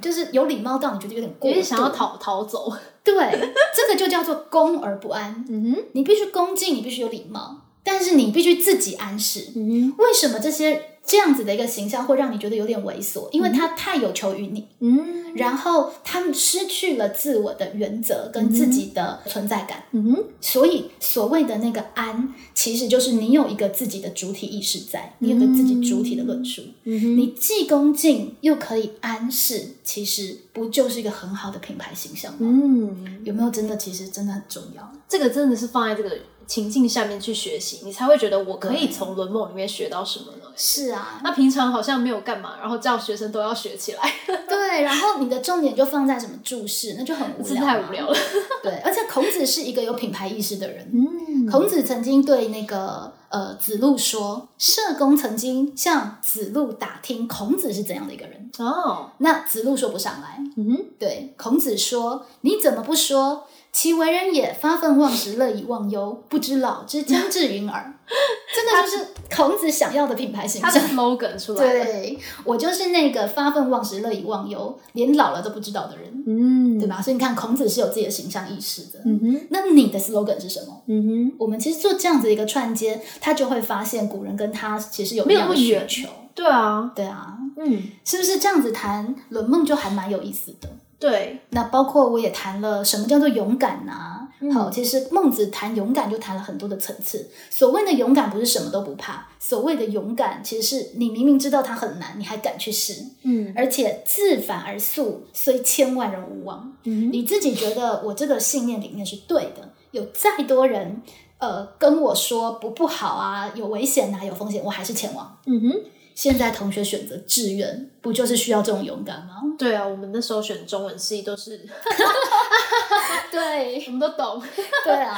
S1: 就是有礼貌到你觉得有点过
S2: 有
S1: 度，
S2: 点想要逃逃走。
S1: 对，这个就叫做恭而不安。
S2: 嗯哼，
S1: 你必须恭敬，你必须有礼貌，但是你必须自己安适。
S2: 嗯哼，
S1: 为什么这些这样子的一个形象会让你觉得有点猥琐？因为他太有求于你，
S2: 嗯
S1: 然后他们失去了自我的原则跟自己的存在感。
S2: 嗯哼。
S1: 所以所谓的那个安，其实就是你有一个自己的主体意识在，你有个自己主体的论述。
S2: 嗯哼，
S1: 你既恭敬又可以安适，其实不就是一个很好的品牌形象吗？
S2: 嗯，
S1: 有没有真的？其实真的很重要。
S2: 这个真的是放在这个情境下面去学习，你才会觉得我可以
S1: 对
S2: 从《轮梦》里面学到什么呢？
S1: 是啊，
S2: 那平常好像没有干嘛，然后叫学生都要学起来，
S1: 对，然后你的重点就放在什么注释，那就很无
S2: 真
S1: 聊，
S2: 的太无聊。了。
S1: 对，而且孔子是一个有品牌意识的人，
S2: 嗯
S1: 孔子曾经对那个呃子路说，社公曾经向子路打听孔子是怎样的一个人，
S2: 哦，
S1: 那子路说不上来。
S2: 嗯，
S1: 对，孔子说：“你怎么不说？其为人也，发愤忘食，乐以忘忧，不知老之将至云耳。” 真的就是孔子想要的品牌形
S2: 他的
S1: 象。
S2: slogan 出来了，
S1: 对我就是那个发愤忘食、乐以忘忧，连老了都不知道的人，
S2: 嗯，
S1: 对？吧？所以你看，孔子是有自己的形象意识的。
S2: 嗯哼，
S1: 那你的 slogan 是什么？
S2: 嗯哼，
S1: 我们其实做这样子一个串接，他就会发现古人跟他其实有
S2: 没
S1: 一
S2: 有
S1: 样
S2: 那
S1: 的
S2: 么
S1: 需
S2: 远
S1: 求。
S2: 对啊，
S1: 对啊，
S2: 嗯，
S1: 是不是这样子谈《论梦》就还蛮有意思的？
S2: 对，
S1: 那包括我也谈了什么叫做勇敢呐、
S2: 嗯
S1: 好，其实孟子谈勇敢就谈了很多的层次。所谓的勇敢不是什么都不怕，所谓的勇敢其实是你明明知道它很难，你还敢去试，
S2: 嗯
S1: 而且自反而速，虽千万人吾往。
S2: 嗯
S1: 你自己觉得我这个信念理念是对的，有再多人呃跟我说不不好啊，有危险呐、有风险，我还是前往。
S2: 嗯哼，
S1: 现在同学选择志愿，不就是需要这种勇敢 吗？
S2: 对啊，我们那时候选中文系都 是
S1: 对，
S2: 我们都懂，
S1: 对啊，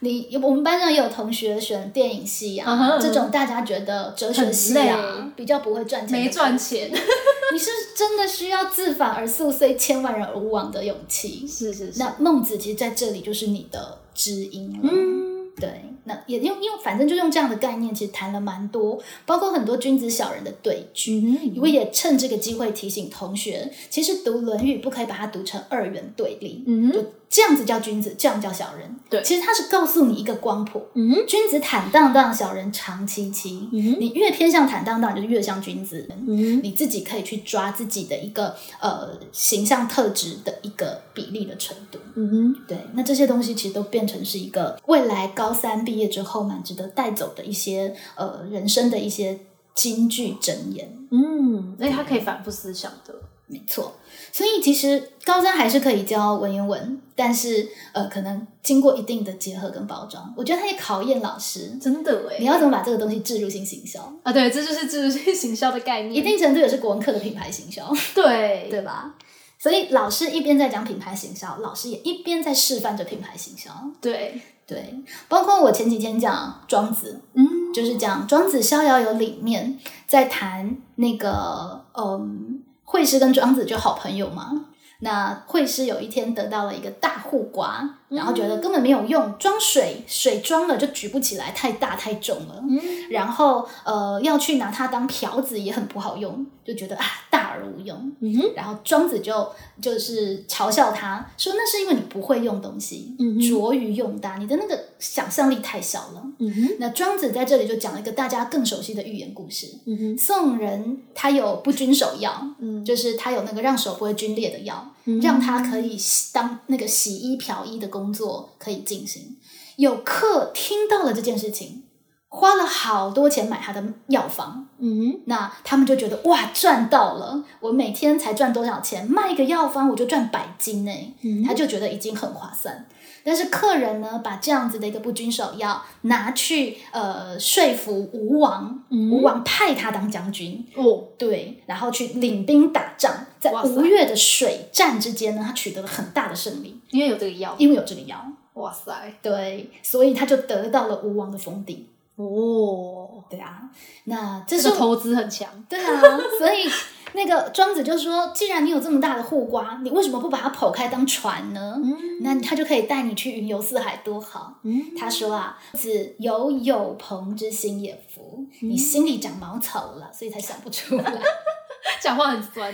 S1: 你我们班上也有同学选电影系啊
S2: 嗯哼嗯哼
S1: 这种大家觉得哲学系
S2: 很累
S1: 啊比较不会赚钱，
S2: 没赚。钱，
S1: 你是真的需要自反而速，虽千万人而吾往的勇气。
S2: 是是是，
S1: 那孟子其实在这里就是你的知音了。
S2: 嗯
S1: 对，那也用用，反正就用这样的概念，其实谈了蛮多，包括很多君子小人的对句。
S2: 嗯
S1: 我也趁这个机会提醒同学，其实读《论语》不可以把它读成二元对立，
S2: 嗯
S1: 就这样子叫君子，这样叫小人。
S2: 对
S1: 其实它是告诉你一个光谱，
S2: 嗯
S1: 君子坦荡荡，小人长戚戚。
S2: 嗯
S1: 你越偏向坦荡荡，你就越像君子。
S2: 嗯
S1: 你自己可以去抓自己的一个呃形象特质的一个比例的程度。
S2: 嗯
S1: 对，那这些东西其实都变成是一个未来高三毕业之后蛮值得带走的一些呃人生的一些金句箴言。
S2: 嗯，哎，他可以反复思想的，
S1: 没错，所以其实高三还是可以教文言文，但是呃，可能经过一定的结合跟包装，我觉得它也考验老师，
S2: 真的哎
S1: 你，要怎么把这个东西置入性行销，
S2: 啊，对，这就是这就是 行销的概念，
S1: 一定程度也是国文课的品牌行销，
S2: 对
S1: 对吧？所以老师一边在讲品牌行销，老师也一边在示范着品牌行销。
S2: 对，
S1: 对，包括我前几天讲庄子，
S2: 嗯
S1: 就是讲《庄子逍遥游》里面在谈那个嗯，惠施跟庄子就好朋友嘛。那惠施有一天得到了一个大护瓜，然后觉得根本没有用，装水水装了就举不起来，太大太重了。
S2: 嗯
S1: 然后呃，要去拿它当瓢子也很不好用，就觉得啊大而无用。
S2: 嗯哼
S1: 然后庄子就就是嘲笑他说，那是因为你不会用东西，
S2: 嗯哼
S1: 拙于用它，你的那个想象力太小了。
S2: 嗯哼
S1: 那庄子在这里就讲了一个大家更熟悉的寓言故事。
S2: 嗯哼
S1: 宋人他有不君手药，
S2: 嗯
S1: 就是他有那个让手不会皲裂的药，
S2: 嗯
S1: 让他可以洗当那个洗衣漂衣的工作可以进行。有客听到了这件事情，花了好多钱买他的药方，
S2: 嗯
S1: 那他们就觉得哇赚到了！我每天才赚多少钱，卖一个药方我就赚百金呢、
S2: 嗯
S1: 他就觉得已经很划算。但是客人呢，把这样子的一个不君手药拿去呃说服吴王，
S2: 嗯
S1: 吴王派他当将军，
S2: 哦，
S1: 对，然后去领兵打仗，在
S2: 哇塞
S1: 吴越的水战之间呢，他取得了很大的胜利，
S2: 因为有这个药，
S1: 因为有这个药，
S2: 哇塞，
S1: 对，所以他就得到了吴王的封顶。
S2: 哦，
S1: 对啊，那这
S2: 这
S1: 是
S2: 个投资很强，
S1: 对啊，所以那个庄子就说，既然你有这么大的护瓜，你为什么不把它剖开当船呢？
S2: 嗯
S1: 那他就可以带你去云游四海，多好。
S2: 嗯
S1: 他说啊，子有有朋之心也服，你心里长茅草了，所以才想不出来，
S2: 讲话很 酸，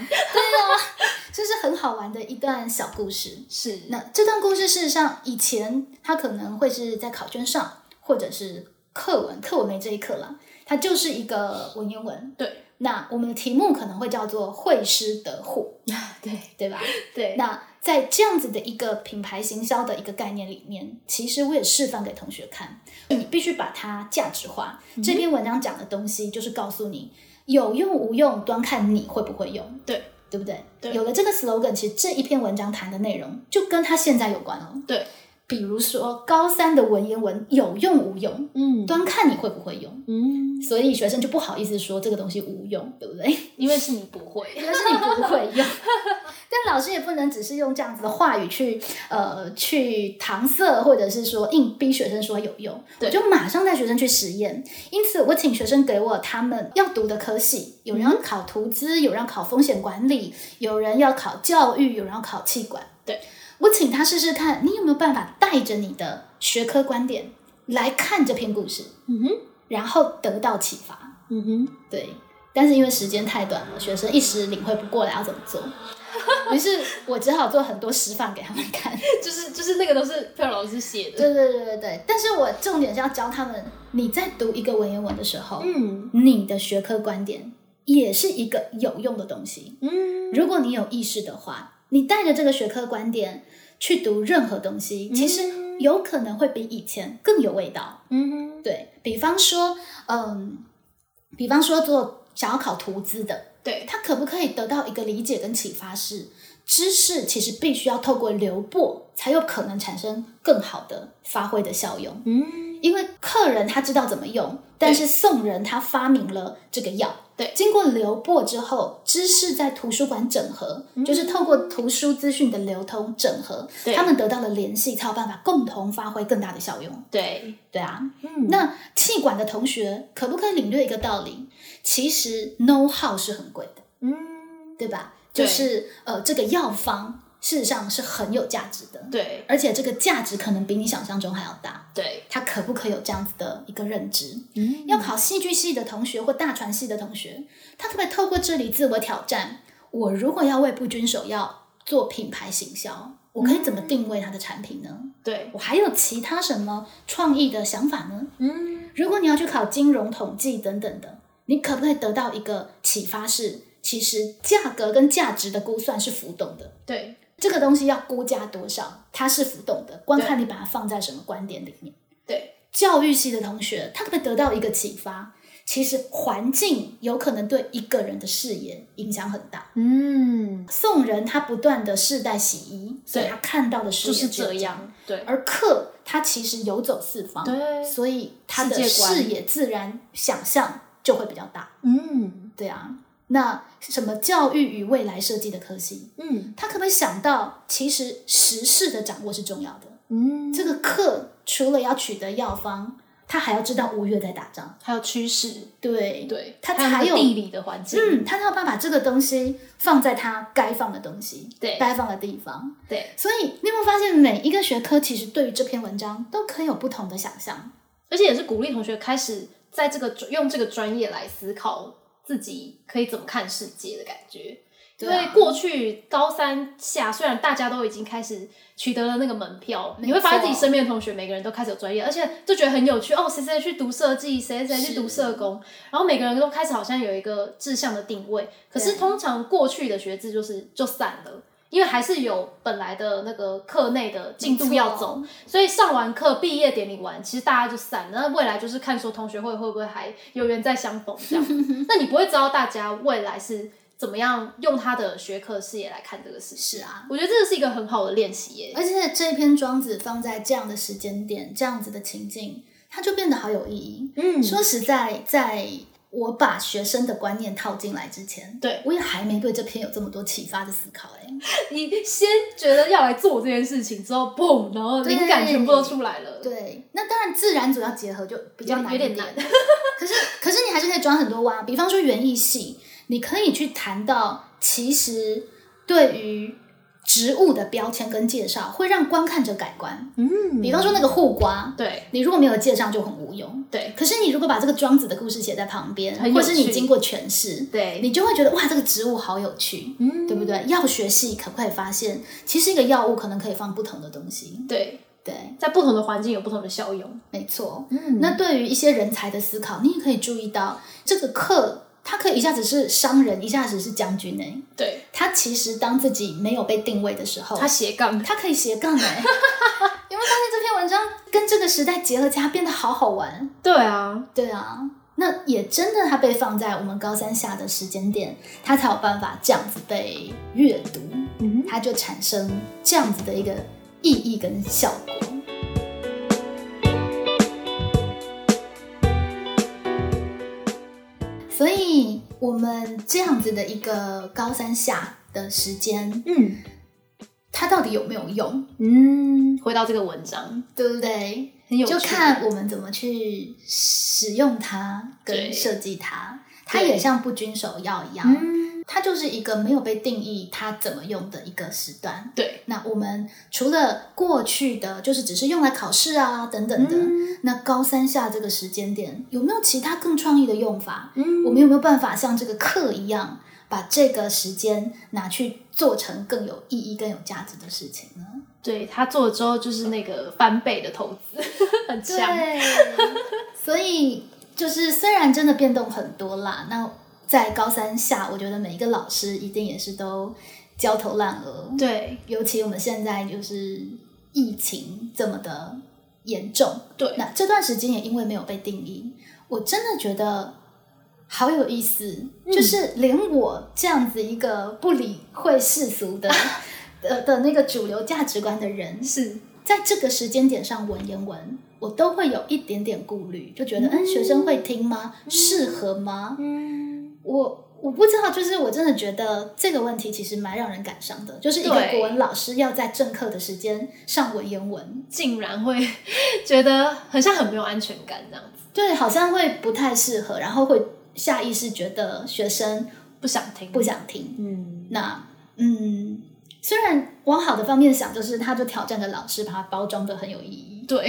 S1: 这是很好玩的一段小故事。
S2: 是
S1: 那这段故事事实上以前它可能会是在考卷上，或者是课文，课文没这一课啦，它就是一个文言文。
S2: 对
S1: 那我们的题目可能会叫做“会师得户
S2: 对”，
S1: 对吧？
S2: 对，
S1: 那在这样子的一个品牌行销的一个概念里面，其实我也示范给同学看，你必须把它价值化。
S2: 嗯
S1: 这篇文章讲的东西就是告诉你，有用无用，端看你会不会用，
S2: 对
S1: 对不对？
S2: 对
S1: 有了这个 slogan，其实这一篇文章谈的内容就跟它现在有关了。
S2: 对，
S1: 比如说高三的文言文有用无用，
S2: 嗯
S1: 端看你会不会用。
S2: 嗯，
S1: 所以学生就不好意思说这个东西无用，对不对？
S2: 因为是你不会，
S1: 但是你不会用。但 但老师也不能只是用这样子的话语去呃去搪塞，或者是说硬逼学生说有用。我就马上带学生去实验，因此我请学生给我他们要读的科系，有人要考图
S2: 嗯
S1: 资，有人要考风险管理，有人要考教育，有人要考气管。
S2: 对，
S1: 我请他试试看，你有没有办法带着你的学科观点来看这篇故事，
S2: 嗯哼，
S1: 然后得到启发。
S2: 嗯哼，
S1: 对，但是因为时间太短了，学生一时领会不过来要怎么做，于是我只好做很多示范给他们看。
S2: 就是就是那个都是佩尔老师写的，
S1: 对对对对对，但是我重点是要教他们，你在读一个文言文的时候，
S2: 嗯
S1: 你的学科观点也是一个有用的东西。
S2: 嗯
S1: 如果你有意识的话，你带着这个学科观点去读任何东西，其实有可能会比以前更有味道。
S2: 嗯哼，
S1: 对比方说，嗯，比方说做想要考图资的，
S2: 对，
S1: 他可不可以得到一个理解跟启发是，知识其实必须要透过流播才有可能产生更好的发挥的效用。
S2: 嗯
S1: 因为客人他知道怎么用，但是送人他发明了这个药。
S2: 对
S1: 经过流播之后，知识在图书馆整合，就是透过图书资讯的流通整合
S2: 嗯对，
S1: 他们得到了联系，才有办法共同发挥更大的效用。
S2: 对，
S1: 对啊，
S2: 嗯
S1: 那气管的同学可不可以领略一个道理？其实 know how 是很贵的。
S2: 嗯
S1: 对吧？
S2: 对
S1: 就是呃，这个药方事实上是很有价值的，
S2: 对
S1: 而且这个价值可能比你想象中还要大。
S2: 对，
S1: 他可不可以有这样子的一个认知？
S2: 嗯
S1: 要考戏剧系的同学或大传系的同学，他可不可以透过这里自我挑战？我如果要为步军手药做品牌行销，我可以怎么
S2: 嗯
S1: 定位它的产品呢？
S2: 对，
S1: 我还有其他什么创意的想法呢？
S2: 嗯
S1: 如果你要去考金融统计等等的，你可不可以得到一个启发是，其实价格跟价值的估算是浮动的，
S2: 对
S1: 这个东西要估价多少，它是浮动的，光看你把它放在什么观点里面。
S2: 对，
S1: 教育系的同学，他可不可以得到一个启发？其实环境有可能对一个人的视野影响很大。
S2: 嗯
S1: 宋人他不断的世代洗衣，所以
S2: 对
S1: 他看到的视
S2: 就
S1: 野
S2: 是
S1: 只有
S2: 这样，对
S1: 而客他其实游走四方，
S2: 对
S1: 所以他的
S2: 世界观
S1: 视野自然想象就会比较大，
S2: 嗯
S1: 对啊。那什么教育与未来设计的科系，
S2: 嗯
S1: 他可不可以想到，其实时事的掌握是重要的。
S2: 嗯，
S1: 这个课除了要取得药方，他还要知道吴越在打仗，
S2: 还有趋势，
S1: 对，
S2: 对，
S1: 它
S2: 还有那
S1: 才
S2: 个
S1: 有
S2: 地理的环境，
S1: 嗯，他才有办法把这个东西放在他该放的东西，
S2: 对
S1: 该放的地方。
S2: 对，
S1: 所以你有没有发现，每一个学科其实对于这篇文章都可以有不同的想象？
S2: 而且也是鼓励同学开始在这个专用这个专业来思考自己可以怎么看世界的感觉。因
S1: 对啊
S2: 为过去高三下，虽然大家都已经开始取得了那个门票，
S1: 没
S2: 你会发现
S1: 错
S2: 自己身边的同学每个人都开始有专业，而且就觉得很有趣哦，谁谁去读设计，谁谁去读社工，然后每个人都开始好像有一个志向的定位。可是
S1: 对
S2: 通常过去的学制就是就散了，因为还是有本来的那个课内的进度要走，所以上完课毕业典礼完，其实大家就散了。那未来就是看说同学会会不会还有缘再相逢这样子。 那你不会知道大家未来是怎么样用他的学科视野来看这个事情。
S1: 是啊，
S2: 我觉得这个是一个很好的练习耶。
S1: 而且这篇庄子放在这样的时间点、这样子的情境，它就变得好有意义。
S2: 嗯
S1: 说实在，在我把学生的观念套进来之前，
S2: 对
S1: 我也还没对这篇有这么多启发的思考、欸。哎，
S2: 你先觉得要来做这件事情之后，嘣，然后灵感全部都出来了。
S1: 对，那当然自然组要结合就比较难一
S2: 有点有点
S1: 可是，可是你还是可以装很多蛙，比方说园艺系，你可以去谈到，其实对于植物的标签跟介绍，会让观看者改观。
S2: 嗯
S1: 比方说那个护瓜，
S2: 对
S1: 你如果没有介绍就很无用。
S2: 对
S1: 可是你如果把这个庄子的故事写在旁边
S2: 很，有
S1: 或是你
S2: 趣
S1: 经过诠释，
S2: 对
S1: 你就会觉得哇，这个植物好有趣，
S2: 嗯
S1: 对不对？药学系可不可以发现，其实一个药物可能可以放不同的东西？
S2: 对，
S1: 对，
S2: 在不同的环境有不同的效用。
S1: 没错。
S2: 嗯
S1: 那对于一些人才的思考，你也可以注意到，这个课它可以一下子是商人，一下子是将军呢。
S2: 对
S1: 他其实当自己没有被定位的时候，
S2: 他斜杠，
S1: 它可以斜杠 哎。有没有发现这篇文章跟这个时代结合起来变得好好玩？
S2: 对啊，
S1: 对啊，那也真的，它被放在我们高三下的时间点，它才有办法这样子被阅读，
S2: 嗯
S1: 它就产生这样子的一个意义跟效果。所以，我们这样子的一个高三下的时间，
S2: 嗯
S1: 它到底有没有用，
S2: 嗯，回到这个文章，
S1: 对不对？
S2: 很有趣
S1: 就看我们怎么去使用它
S2: 对
S1: 跟设计它。它
S2: 对
S1: 也像不均手药一样，
S2: 嗯，
S1: 它就是一个没有被定义它怎么用的一个时段。
S2: 对，
S1: 那我们除了过去的就是只是用来考试啊等等的，
S2: 嗯
S1: 那高三下这个时间点有没有其他更创意的用法？
S2: 嗯
S1: 我们有没有办法像这个课一样，把这个时间拿去做成更有意义、更有价值的事情呢？
S2: 对他做了之后就是那个翻倍的投资，很强，
S1: 对，所以就是虽然真的变动很多啦，那在高三下，我觉得每一个老师一定也是都焦头烂额。
S2: 对
S1: 尤其我们现在就是疫情这么的严重，
S2: 对，
S1: 那这段时间也因为没有被定义，我真的觉得好有意思，
S2: 嗯
S1: 就是连我这样子一个不理会世俗 的的的那个主流价值观的人，
S2: 是
S1: 在这个时间点上文言文，我都会有一点点顾虑，就觉得，嗯，学生会听吗？适合吗？
S2: 嗯，
S1: 我我不知道，就是我真的觉得这个问题其实蛮让人感伤的，就是一个
S2: 对
S1: 国文老师要在正课的时间上文言文，
S2: 竟然会 觉得很像很没有安全感这样子，
S1: 对，好像会不太适合，然后会下意识觉得学生
S2: 不想听，
S1: 不，想听。
S2: 嗯，
S1: 那嗯，虽然往好的方面想，就是他就挑战着老师，把它包装的很有意义。
S2: 对，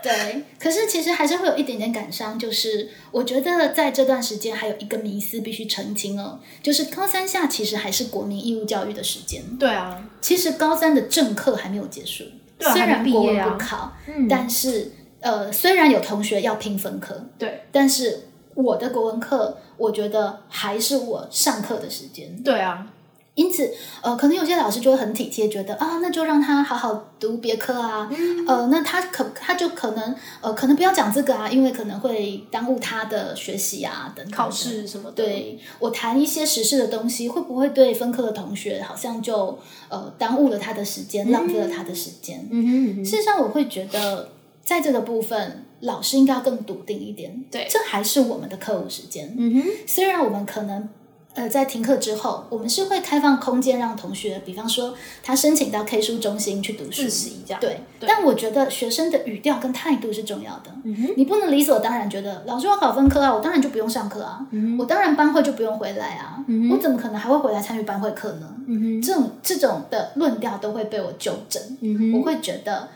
S1: 对，可是其实还是会有一点点感伤，就是我觉得在这段时间还有一个迷思必须澄清哦，就是高三下其实还是国民义务教育的时间，
S2: 对啊，
S1: 其实高三的正课还没有结束，
S2: 对啊
S1: 虽
S2: 还
S1: 然
S2: 没
S1: 国
S2: 毕
S1: 文
S2: 业啊
S1: 不考，
S2: 嗯
S1: 但是呃，虽然有同学要拼分科，
S2: 对，
S1: 但是我的国文课，我觉得还是我上课的时间，
S2: 对啊，
S1: 因此，呃，可能有些老师就会很体贴，觉得啊，那就让他好好读别科啊，
S2: 嗯
S1: 呃，那他可他就可能呃，可能不要讲这个啊，因为可能会耽误他的学习啊等等的
S2: 考。试什么的，
S1: 对我谈一些时事的东西，会不会对分科的同学好像就呃耽误了他的时间，浪费了他的时间？
S2: 嗯哼，嗯哼
S1: 事实上，我会觉得在这个部分，老师应该要更笃定一点。
S2: 对
S1: 这还是我们的课务时间。
S2: 嗯哼，
S1: 虽然我们可能呃在停课之后，我们是会开放空间让同学，比方说他申请到 K 书中心去读书
S2: 自，习这样，
S1: 对。
S2: 对
S1: 但我觉得学生的语调跟态度是重要的。
S2: 嗯哼，
S1: 你不能理所当然觉得老师要考分科啊，我当然就不用上课啊，
S2: 嗯
S1: 我当然班会就不用回来啊，
S2: 嗯哼
S1: 我怎么可能还会回来参与班会课呢？
S2: 嗯哼，
S1: 这种这种的论调都会被我纠正。
S2: 嗯哼，
S1: 我会觉得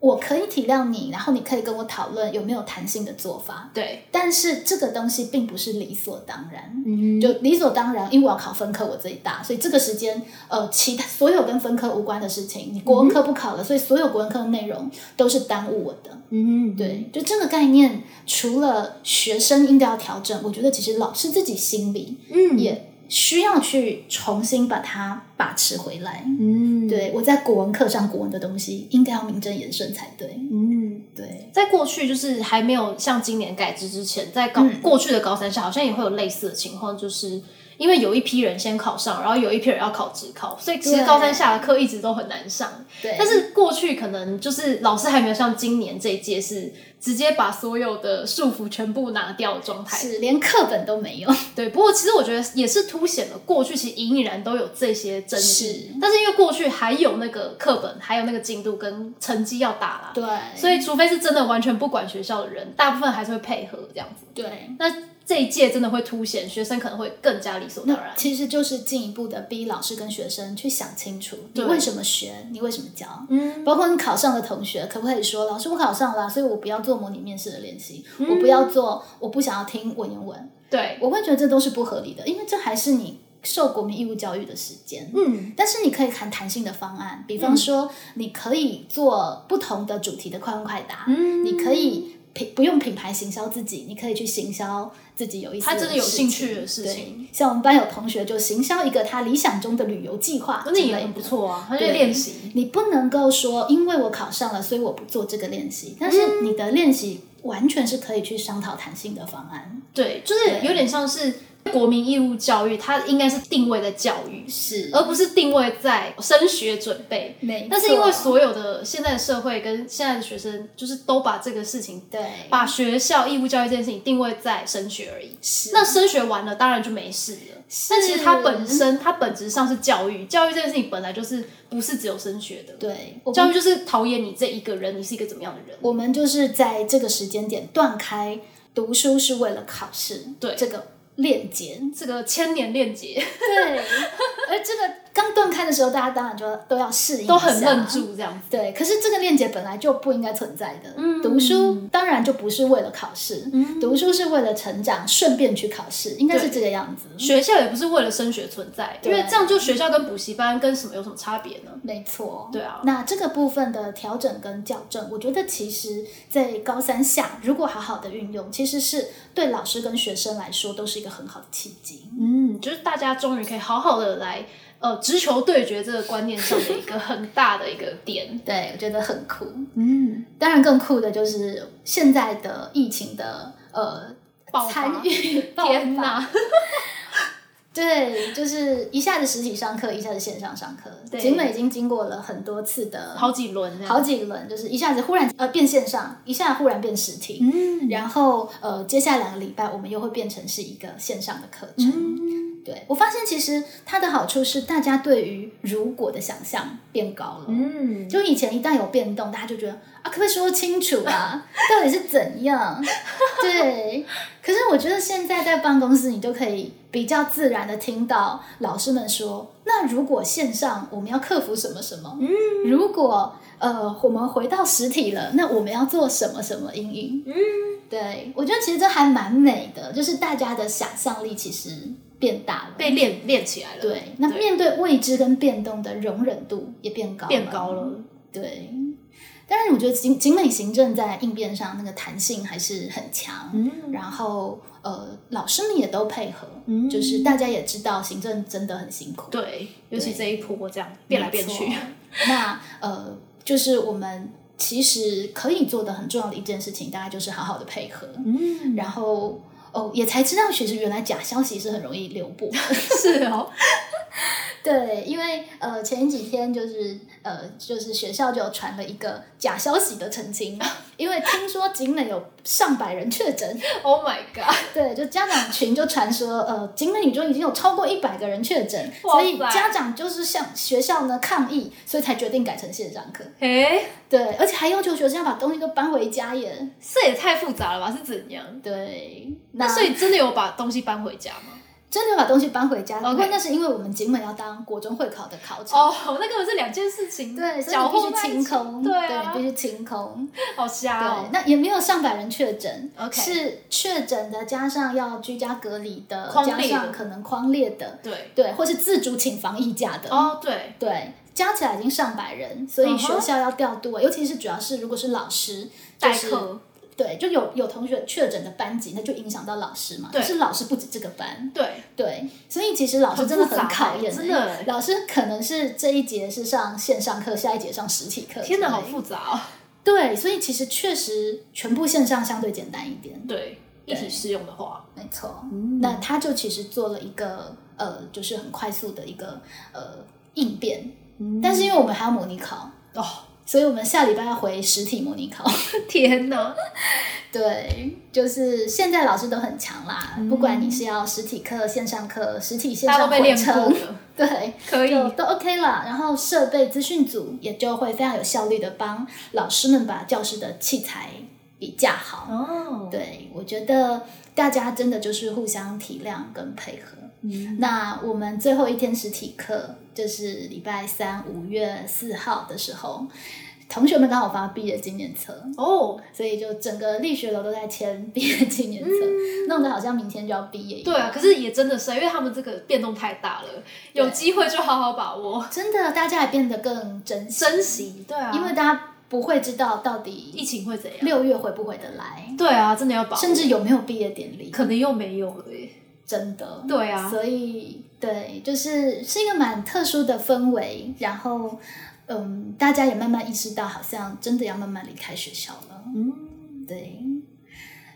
S1: 我可以体谅你，然后你可以跟我讨论有没有弹性的做法，
S2: 对，
S1: 但是这个东西并不是理所当然。
S2: 嗯哼，
S1: 就理所当然，因为我要考分科，我最大，所以这个时间，呃，其他所有跟分科无关的事情，你国文科不考了，所以所有国文科的内容都是耽误我的。
S2: 嗯哼，
S1: 对，就这个概念，除了学生应该要调整，我觉得其实老师自己心里
S2: 嗯，
S1: 也需要去重新把它把持回来。
S2: 嗯，，
S1: 对我在国文课上国文的东西，应该要名正言顺才对。
S2: 嗯。
S1: 对，
S2: 在过去就是还没有像今年改制之前，在高、
S1: 嗯
S2: 过去的高三下好像也会有类似的情况，就是因为有一批人先考上，然后有一批人要考职考，所以其实
S1: 对
S2: 高三下的课一直都很难上。
S1: 对
S2: 但是过去可能就是老师还没有像今年这一届是直接把所有的束缚全部拿掉的状态。
S1: 是连课本都没有。
S2: 对，不过其实我觉得也是凸显了过去其实隐隐然都有这些争
S1: 是
S2: 议，但是因为过去还有那个课本，还有那个进度跟成绩要打啦，
S1: 对，
S2: 所以，除非是真的完全不管学校的人，大部分还是会配合这样子。
S1: 对，
S2: 那这一届真的会凸显学生可能会更加理所当然。
S1: 其实就是进一步的逼老师跟学生去想清楚，你
S2: 对
S1: 为什么学，你为什么教。
S2: 嗯，
S1: 包括你考上的同学，可不可以说，老师我考上了啊，所以我不要做模拟面试的练习，
S2: 嗯
S1: 我不要做，我不想要听文言文，
S2: 对，
S1: 我会觉得这都是不合理的，因为这还是你受国民义务教育的时间。
S2: 嗯，
S1: 但是你可以谈弹性的方案，比方说你可以做不同的主题的快问快答，
S2: 嗯
S1: 你可以品不用品牌行销自己，你可以去行销自己有意思，
S2: 他真的有兴趣的事
S1: 对
S2: 情，
S1: 像我们班有同学就行销一个他理想中的旅游计划，
S2: 那也很不。错啊，他就
S1: 对
S2: 练习。
S1: 你不能够说，因为我考上了，所以我不做这个练习。但是
S2: 嗯
S1: 你的练习完全是可以去商讨弹性的方案，
S2: 对，就是有点像是国民义务教育它应该是定位在教育，
S1: 是，
S2: 而不是定位在升学准备。
S1: 没
S2: 但是因为
S1: 错啊
S2: 所有的现在的社会跟现在的学生，就是都把这个事情，
S1: 对
S2: 把学校义务教育这件事情定位在升学而已。
S1: 是
S2: 那升学完了，当然就没事了。但其实它本身，它本质上是教育，教育这件事情本来就是不是只有升学的。
S1: 对我
S2: 教育就是陶冶你这一个人，你是一个怎么样的人。
S1: 我们就是在这个时间点断开读书是为了考试，
S2: 对
S1: 这个链接，
S2: 这个千年链接
S1: 对，而这个刚断开的时候，大家当然就都要适应，
S2: 都很愣。住，这样子。
S1: 对，可是这个链接本来就不应该存在的。
S2: 嗯
S1: 读书当然就不是为了考试，读书是为了成长，顺便去考试，应该是这个样子。
S2: 学校也不是为了升学存在，因为这样就学校跟补习班跟什么有什么差别呢？
S1: 没错，
S2: 对啊
S1: 那这个部分的调整跟矫正，我觉得其实，在高三下如果好好的运用，其实是对老师跟学生来说都是一个很好的契机。
S2: 嗯，就是大家终于可以好好的来呃直球对决这个观念上的一个很大的一个 点。
S1: 对，我觉得很酷。
S2: 嗯，
S1: 当然，更酷的就是现在的疫情的呃
S2: 爆发
S1: 参与 爆
S2: 天
S1: 发，
S2: 哪，
S1: 对，就是一下子实体上课，一下子线上上课。
S2: 对
S1: 景美已经经过了很多次的
S2: 好几轮这样。
S1: 好几轮，就是一下子忽然呃变线上，一下忽然变实体，
S2: 嗯，
S1: 然后呃，接下来两个礼拜我们又会变成是一个线上的课程。
S2: 嗯
S1: 对我发现，其实它的好处是大家对于如果的想象变高了。
S2: 嗯，
S1: 就以前一旦有变动，大家就觉得啊，可不可以说清楚啊？ 到底是怎样？对。可是我觉得现在在办公室，你就可以比较自然的听到老师们说，那如果线上我们要克服什么什么，嗯，如果呃我们回到实体了，那我们要做什么什么阴影？嗯，对我觉得其实这还蛮美的，就是大家的想象力其实变大了。
S2: 被练练起来了，
S1: 对，那面对未知跟变动的容忍度也变高，
S2: 变高了。
S1: 对，但是我觉得景景美行政在应变上那个弹性还是很强，
S2: 嗯
S1: 然后呃，老师们也都配合，
S2: 嗯
S1: 就是大家也知道行政真的很辛苦，
S2: 对，尤其这一波这样变来变去
S1: 没，错。那呃，就是我们其实可以做的很重要的一件事情，大概就是好好的配合，
S2: 嗯，
S1: 然后。哦，也才知道，其实原来假消息是很容易流布的。
S2: 是哦，
S1: 对，因为呃前几天就是呃就是学校就有传了一个假消息的澄清， 因为听说景美有上百人确诊，
S2: Oh my god！
S1: 对，就家长群就传说呃景美女中已经有超过一百个人确诊，所以
S2: 哇塞
S1: 家长就是向学校呢抗议，所以才决定改成线上课。
S2: 哎，
S1: 对，而且还要求学生要把东西都搬回家耶。
S2: 这也太复杂了吧？是怎样？
S1: 对，那
S2: 那所以真的有把东西搬回家吗？
S1: 真的把东西搬回家，不过
S2: OK
S1: 那是因为我们景美要当国中会考的考场。
S2: 哦， 那根本是两件事情，
S1: 对，所以
S2: 搅
S1: 你
S2: 和
S1: 必
S2: 在
S1: 须
S2: 一
S1: 清
S2: 起
S1: 空，
S2: 对
S1: 对，
S2: 啊，
S1: 你必须清空。
S2: 好瞎
S1: 对
S2: 哦，，
S1: 那也没有上百人确诊
S2: OK
S1: 是确诊的加上要居家隔离的，
S2: 框
S1: 加
S2: 列的
S1: 上可能框列的，
S2: 对，
S1: 对，嗯或是自主请防疫假的，
S2: 哦对，
S1: 对，加起来已经上百人，所以
S2: 嗯
S1: 学
S2: 哼
S1: 校要调度啊尤其是主要是如果是老师
S2: 代
S1: 就是
S2: 课，
S1: 对，就有有同学确诊的班级，那就影响到老师嘛。
S2: 对
S1: 可是老师不止这个班，
S2: 对，
S1: 对，所以其实老师
S2: 很
S1: 真的
S2: 复
S1: 很
S2: 杂
S1: 考
S2: 欸
S1: 验欸、
S2: 真的欸
S1: 老师可能是这一节是上线上课，下一节上实体课之类的。
S2: 天哪，好复杂哦，
S1: 对，所以其实确实全部线上相对简单一点，
S2: 对，一体适用的话，
S1: 没错。那他就其实做了一个呃，就是很快速的一个呃应变，但是因为我们还要模拟考，
S2: 嗯哦，
S1: 所以我们下礼拜要回实体模拟考。
S2: 天哪，
S1: 对，就是现在老师都很强啦，不管你是要实体课、线上课、实体线
S2: 嗯大家
S1: 上
S2: 都被
S1: 回
S2: 练过
S1: 程，
S2: 了，
S1: 对，
S2: 可以，
S1: 就都 OK 了。然后设备资讯组也就会非常有效率的帮老师们把教室的器材给架好。
S2: 哦，
S1: 对，我觉得大家真的就是互相体谅跟配合。
S2: 嗯
S1: 那我们最后一天实体课就是礼拜三五月四号的时候，同学们刚好发毕业纪念册，
S2: 哦，
S1: 所以就整个力学楼都在签毕业纪念册，弄得好像明天就要毕业一样。
S2: 嗯对啊，可是也真的是，因为他们这个变动太大了，有机会就好好 把握，
S1: 真的大家也变得更珍惜，
S2: 珍惜，对啊，啊
S1: 因为大家不会知道到
S2: 疫
S1: 底
S2: 情会怎样？
S1: 六月回不回得来，
S2: 对啊，真的要把握，
S1: 甚至有没有毕业典礼，
S2: 可能又没有了耶，
S1: 真的。
S2: 对啊，
S1: 所以对，就是是一个蛮特殊的氛围，然后嗯，大家也慢慢意识到，好像真的要慢慢离开学校了。
S2: 嗯。
S1: 对，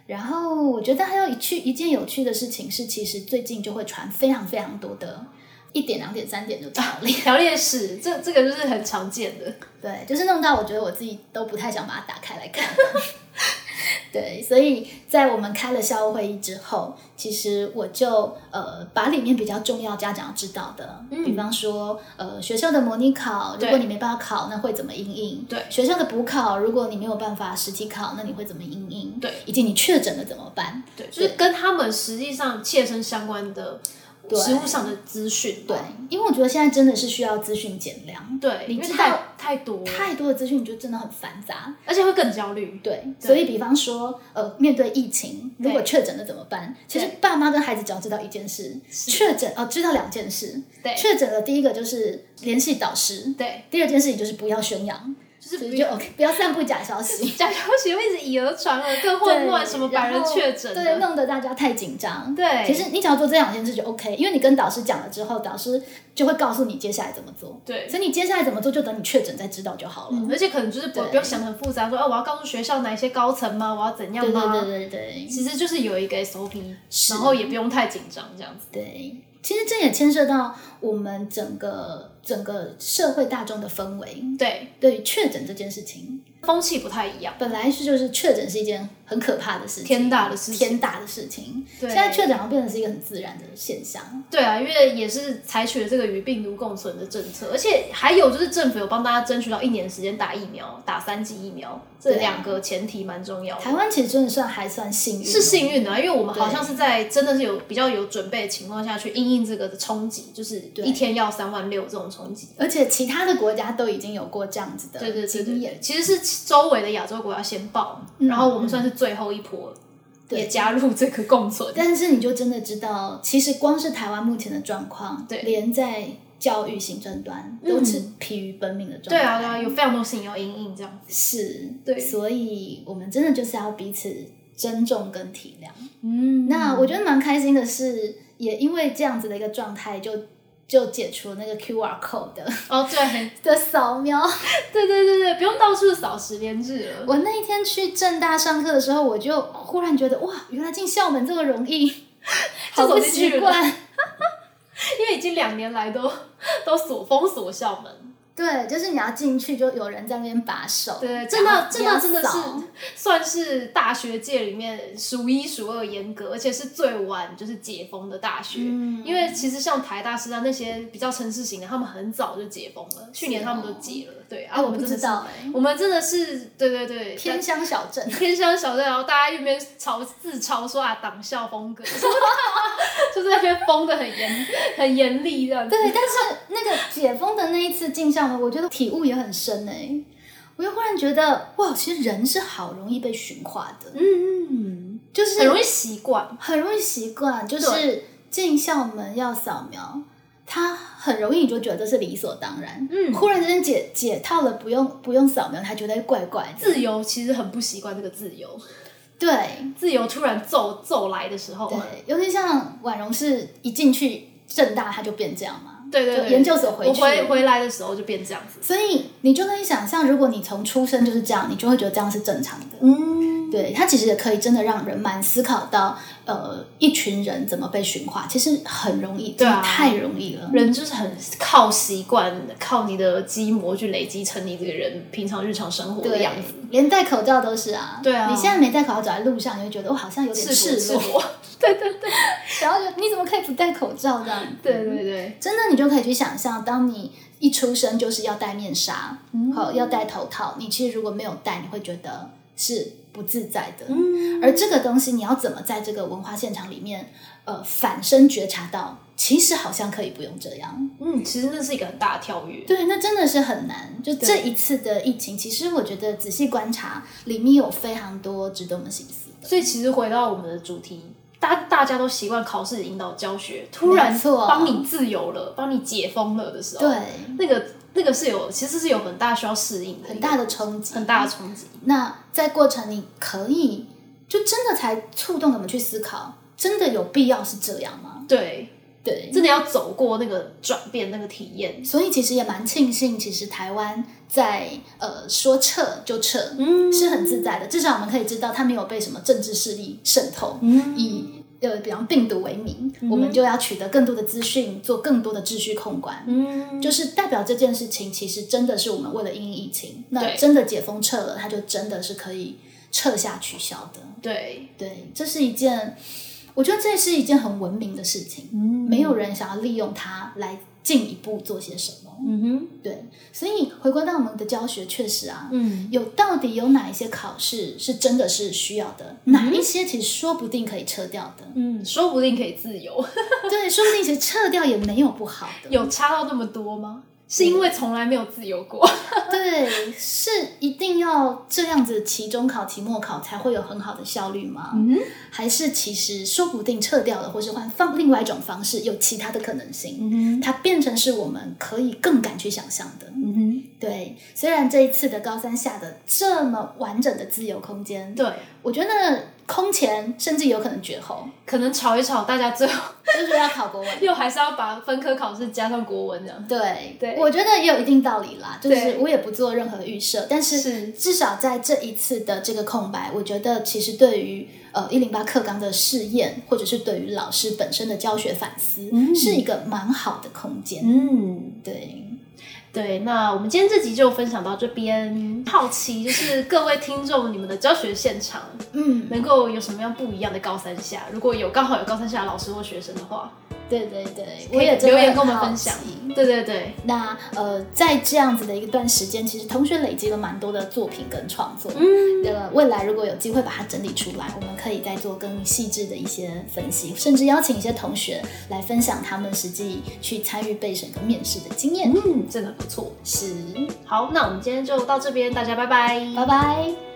S1: 然后我觉得还有一趣一件有趣的事情是，其实最近就会传非常非常多的一点、两点、三点的条例，
S2: 条列史，这这个就是很常见的。
S1: 对，就是弄到我觉得我自己都不太想把它打开来看。 对，所以在我们开了校务会议之后，其实我就呃把里面比较重要家长要知道的，比方说呃学校的模拟考，如
S2: 嗯对
S1: 果你没办法考，那会怎么应应？
S2: 对
S1: 学校的补考，如果你没有办法实体考，那你会怎么应应？
S2: 对
S1: 以及你确诊了怎么办？
S2: 对，就是跟他们实际上切身相关的实物上的资讯吧。
S1: 对，因为我觉得现在真的是需要资讯减量，
S2: 对，
S1: 你
S2: 因为
S1: 知
S2: 太
S1: 道
S2: 太多，
S1: 太多的资讯你就真的很繁杂。
S2: 而且会更焦虑。
S1: 对，所以比方说，呃，面对疫情，如果确诊了怎么办？其实爸妈跟孩子只要知道一件事，确诊哦，知道两件事。
S2: 对
S1: 确诊的第一个就是联系导师，
S2: 对，
S1: 第二件事情就是不要宣扬，
S2: 就是
S1: 所
S2: 不
S1: 以就
S2: 要
S1: OK，不要散布假消 息。
S2: 假消息会一直以讹传讹，更混乱，
S1: 对
S2: 什么百人
S1: 然后
S2: 确诊的，
S1: 对，弄得大家太紧张。
S2: 对
S1: 其实你只要做这两件事就 OK，因为你跟导师讲了之后，导师就会告诉你接下来怎么做。
S2: 对
S1: 所以你接下来怎么做，就等你确诊再知道就好了。
S2: 嗯而且可能就是不不用想得很复杂，说哦，我要告诉学校哪一些高层吗？我要怎样
S1: 对
S2: 吗？
S1: 对对对对
S2: 其实就是有一个 SOP，然后也不用太紧张这样子。
S1: 对。其实这也牵涉到我们整个整个社会大众的氛围，
S2: 对，
S1: 对于确诊这件事情，
S2: 风气不太一样。
S1: 本来是就是确诊是一件很可怕的事情，
S2: 天大的事情
S1: 天大的事情。
S2: 对
S1: 现在确诊好像变成是一个很自然的现象。
S2: 对啊，因为也是采取了这个与病毒共存的政策，而且还有就是政府有帮大家争取到一年时间打疫苗，打三剂疫苗，这
S1: 对啊
S2: 两个前提蛮重要的。
S1: 台湾其实真的算还算幸运，哦
S2: 是幸。运的、啊，因为我们
S1: 对
S2: 好像是在真的是有比较有准备的情况下去应应这个的冲击，就是一天要三万六这种冲击。
S1: 而且其他的国家都已经有过这样子的
S2: 对对对
S1: 经
S2: 对
S1: 验，，嗯
S2: 其实是周围的亚洲国家先报，然后我们算是最后一波，也加入这个共存。
S1: 但是你就真的知道，其实光是台湾目前的状况，
S2: 对嗯
S1: 连在教育行政端都是疲于奔命的状
S2: 对
S1: 态。
S2: 啊，对啊，有非常多事情要应应这样子。
S1: 是，
S2: 对
S1: 所以我们真的就是要彼此尊重跟体谅。
S2: 嗯，
S1: 那我觉得蛮开心的是，也因为这样子的一个状态就，就解除了那个 QR code 的
S2: 哦对
S1: 的扫描。
S2: 对对对对，不用到处扫十连制了。
S1: 我那一天去正大上课的时候，我就忽然觉得，哇，原来进校门这么容易， 好
S2: 走
S1: 不
S2: 进去
S1: 习
S2: 了
S1: 惯。
S2: 因为已经两年来都都锁封锁校门，
S1: 对，就是你要进去，就有人在那边把守。
S2: 对，正大
S1: 然后
S2: 正
S1: 你要
S2: 大真的是
S1: 扫
S2: 算是大学界里面数一数二严格，而且是最晚就是解封的大学。
S1: 嗯
S2: 因为其实像台大、师大那些比较城市型的，他们很早就解封了，去年他们都解了。对啊，
S1: 哎
S2: 我们
S1: 我不
S2: 真的
S1: 知
S2: 是，
S1: 道哎
S2: 我们真的是对对对
S1: 偏乡小镇。
S2: 天香小镇，然后大家一边嘲自嘲说啊党校风格， 就是那边封的很严很严厉这样子。
S1: 对，但是那个解封的那一次进校门，我觉得体悟也很深哎、我又忽然觉得，哇，其实人是好容易被驯化的，
S2: 嗯，
S1: 就是
S2: 很容易习惯。
S1: 很容易习惯，就是进校门要扫描，他很容易你就觉得是理所当然。
S2: 嗯
S1: 忽然之间解解套了，不用不用扫描，他觉得怪怪的。
S2: 自由其实很不习惯这个自由，
S1: 对
S2: 自由突然骤骤来的时候，
S1: 对，尤其像婉容是一进去正大，他就变这样嘛。
S2: 对对
S1: 就
S2: 对，
S1: 研究所回
S2: 我
S1: 去
S2: 回回来的时候就变这样子。
S1: 所以你就可以想象，如果你从出生就是这样，你就会觉得这样是正常的。
S2: 嗯，
S1: 对，它其实也可以真的让人蛮思考到，呃，一群人怎么被驯化，其实很容易，真的
S2: 啊
S1: 太容易了。
S2: 人就是很靠习惯、靠你的积模去累积成你这个人平常日常生活的
S1: 对
S2: 样子。，
S1: 连戴口罩都是啊。
S2: 对啊
S1: 你现在没戴口罩走在路上，你会觉得我好像有点
S2: 赤
S1: 赤
S2: 裸
S1: 裸，
S2: 赤裸，对对对
S1: 然后就你怎么可以不戴口罩这样？
S2: 对对对，
S1: 真的，你就可以去想象，当你一出生就是要戴面纱，
S2: 嗯
S1: 好、要戴头套，你其实如果没有戴，你会觉得是不自在的。
S2: 嗯
S1: 而这个东西，你要怎么在这个文化现场里面，呃，反身觉察到，其实好像可以不用这样。
S2: 嗯，其实那是一个很大的跳跃。
S1: 对，那真的是很难。就这一次的疫情，其实我觉得仔细观察，里面有非常多值得我们深思的。
S2: 所以其实回到我们的主题，大大家都习惯考试引导教学，突然
S1: 没错
S2: 帮你自由了，帮你解封了的时候，
S1: 对，
S2: 那个那个是有其实是有很大需要适应的，
S1: 很大的冲击，
S2: 很大的冲击。
S1: 那在过程你可以就真的才触动我们去思考，真的有必要是这样吗？
S2: 对，
S1: 对，
S2: 真的要走过那个转变那个体验。
S1: 所以其实也蛮庆幸，其实台湾在呃说撤就撤，
S2: 嗯
S1: 是很自在的。至少我们可以知道，它没有被什么政治势力渗透，
S2: 嗯
S1: 以呃比方病毒为名，我们就要取得更多的资讯，做更多的秩序控管。
S2: 嗯，
S1: 就是代表这件事情，其实真的是我们为了因应疫情，那
S2: 对
S1: 真的解封撤了，它就真的是可以撤下取消的。
S2: 对，
S1: 对，这是一件，我觉得这是一件很文明的事情，没有人想要利用它来进一步做些什么。
S2: 嗯哼，
S1: 对，所以回归到我们的教学，确实啊，
S2: 嗯，
S1: 有到底有哪一些考试是真的是需要的，哪一些其实说不定可以撤掉的。
S2: 嗯，说不定可以自由。
S1: 对，说不定其实撤掉也没有不好的。
S2: 有差到那么多吗？是因为从来没有自由过。
S1: 对，是一定要这样子期中考、期末考才会有很好的效率吗？
S2: 嗯，
S1: 还是其实说不定撤掉了，或是换放另外一种方式，有其他的可能性，
S2: 嗯
S1: 它变成是我们可以更敢去想象的。
S2: 嗯
S1: 对，虽然这一次的高三下的这么完整的自由空间，
S2: 哼，，对，
S1: 我觉得空前，甚至有可能绝后，
S2: 可能吵一吵，大家最后
S1: 就是要考
S2: 。
S1: 国文
S2: 又还是要把分科考试加上国文这样。
S1: 对，
S2: 对
S1: 我觉得也有一定道理啦。就是
S2: 对
S1: 我也不做任何预设，但是
S2: 是
S1: 至少在这一次的这个空白，我觉得其实对于呃一零八课纲的试验，或者是对于老师本身的教学反思，
S2: 嗯
S1: 是一个蛮好的空间。
S2: 嗯，
S1: 对，
S2: 对，那我们今天这集就分享到这边。好奇就是各位听众，你们的教学现场
S1: 嗯，
S2: 能够有什么样不一样的高三下？如果有刚好有高三下的老师或学生的话，
S1: 对对对，
S2: 可以
S1: 我也真的
S2: 留言跟
S1: 很
S2: 我们
S1: 好
S2: 分享
S1: 奇
S2: 对对对，
S1: 那呃，在这样子的一段时间，其实同学累积了蛮多的作品跟创作。
S2: 嗯，
S1: 呃，未来如果有机会把它整理出来，我们可以再做更细致的一些分析，甚至邀请一些同学来分享他们实际去参与备审跟面试的经验。
S2: 嗯，真的不错。
S1: 是，
S2: 好，那我们今天就到这边，大家拜拜，
S1: 拜拜。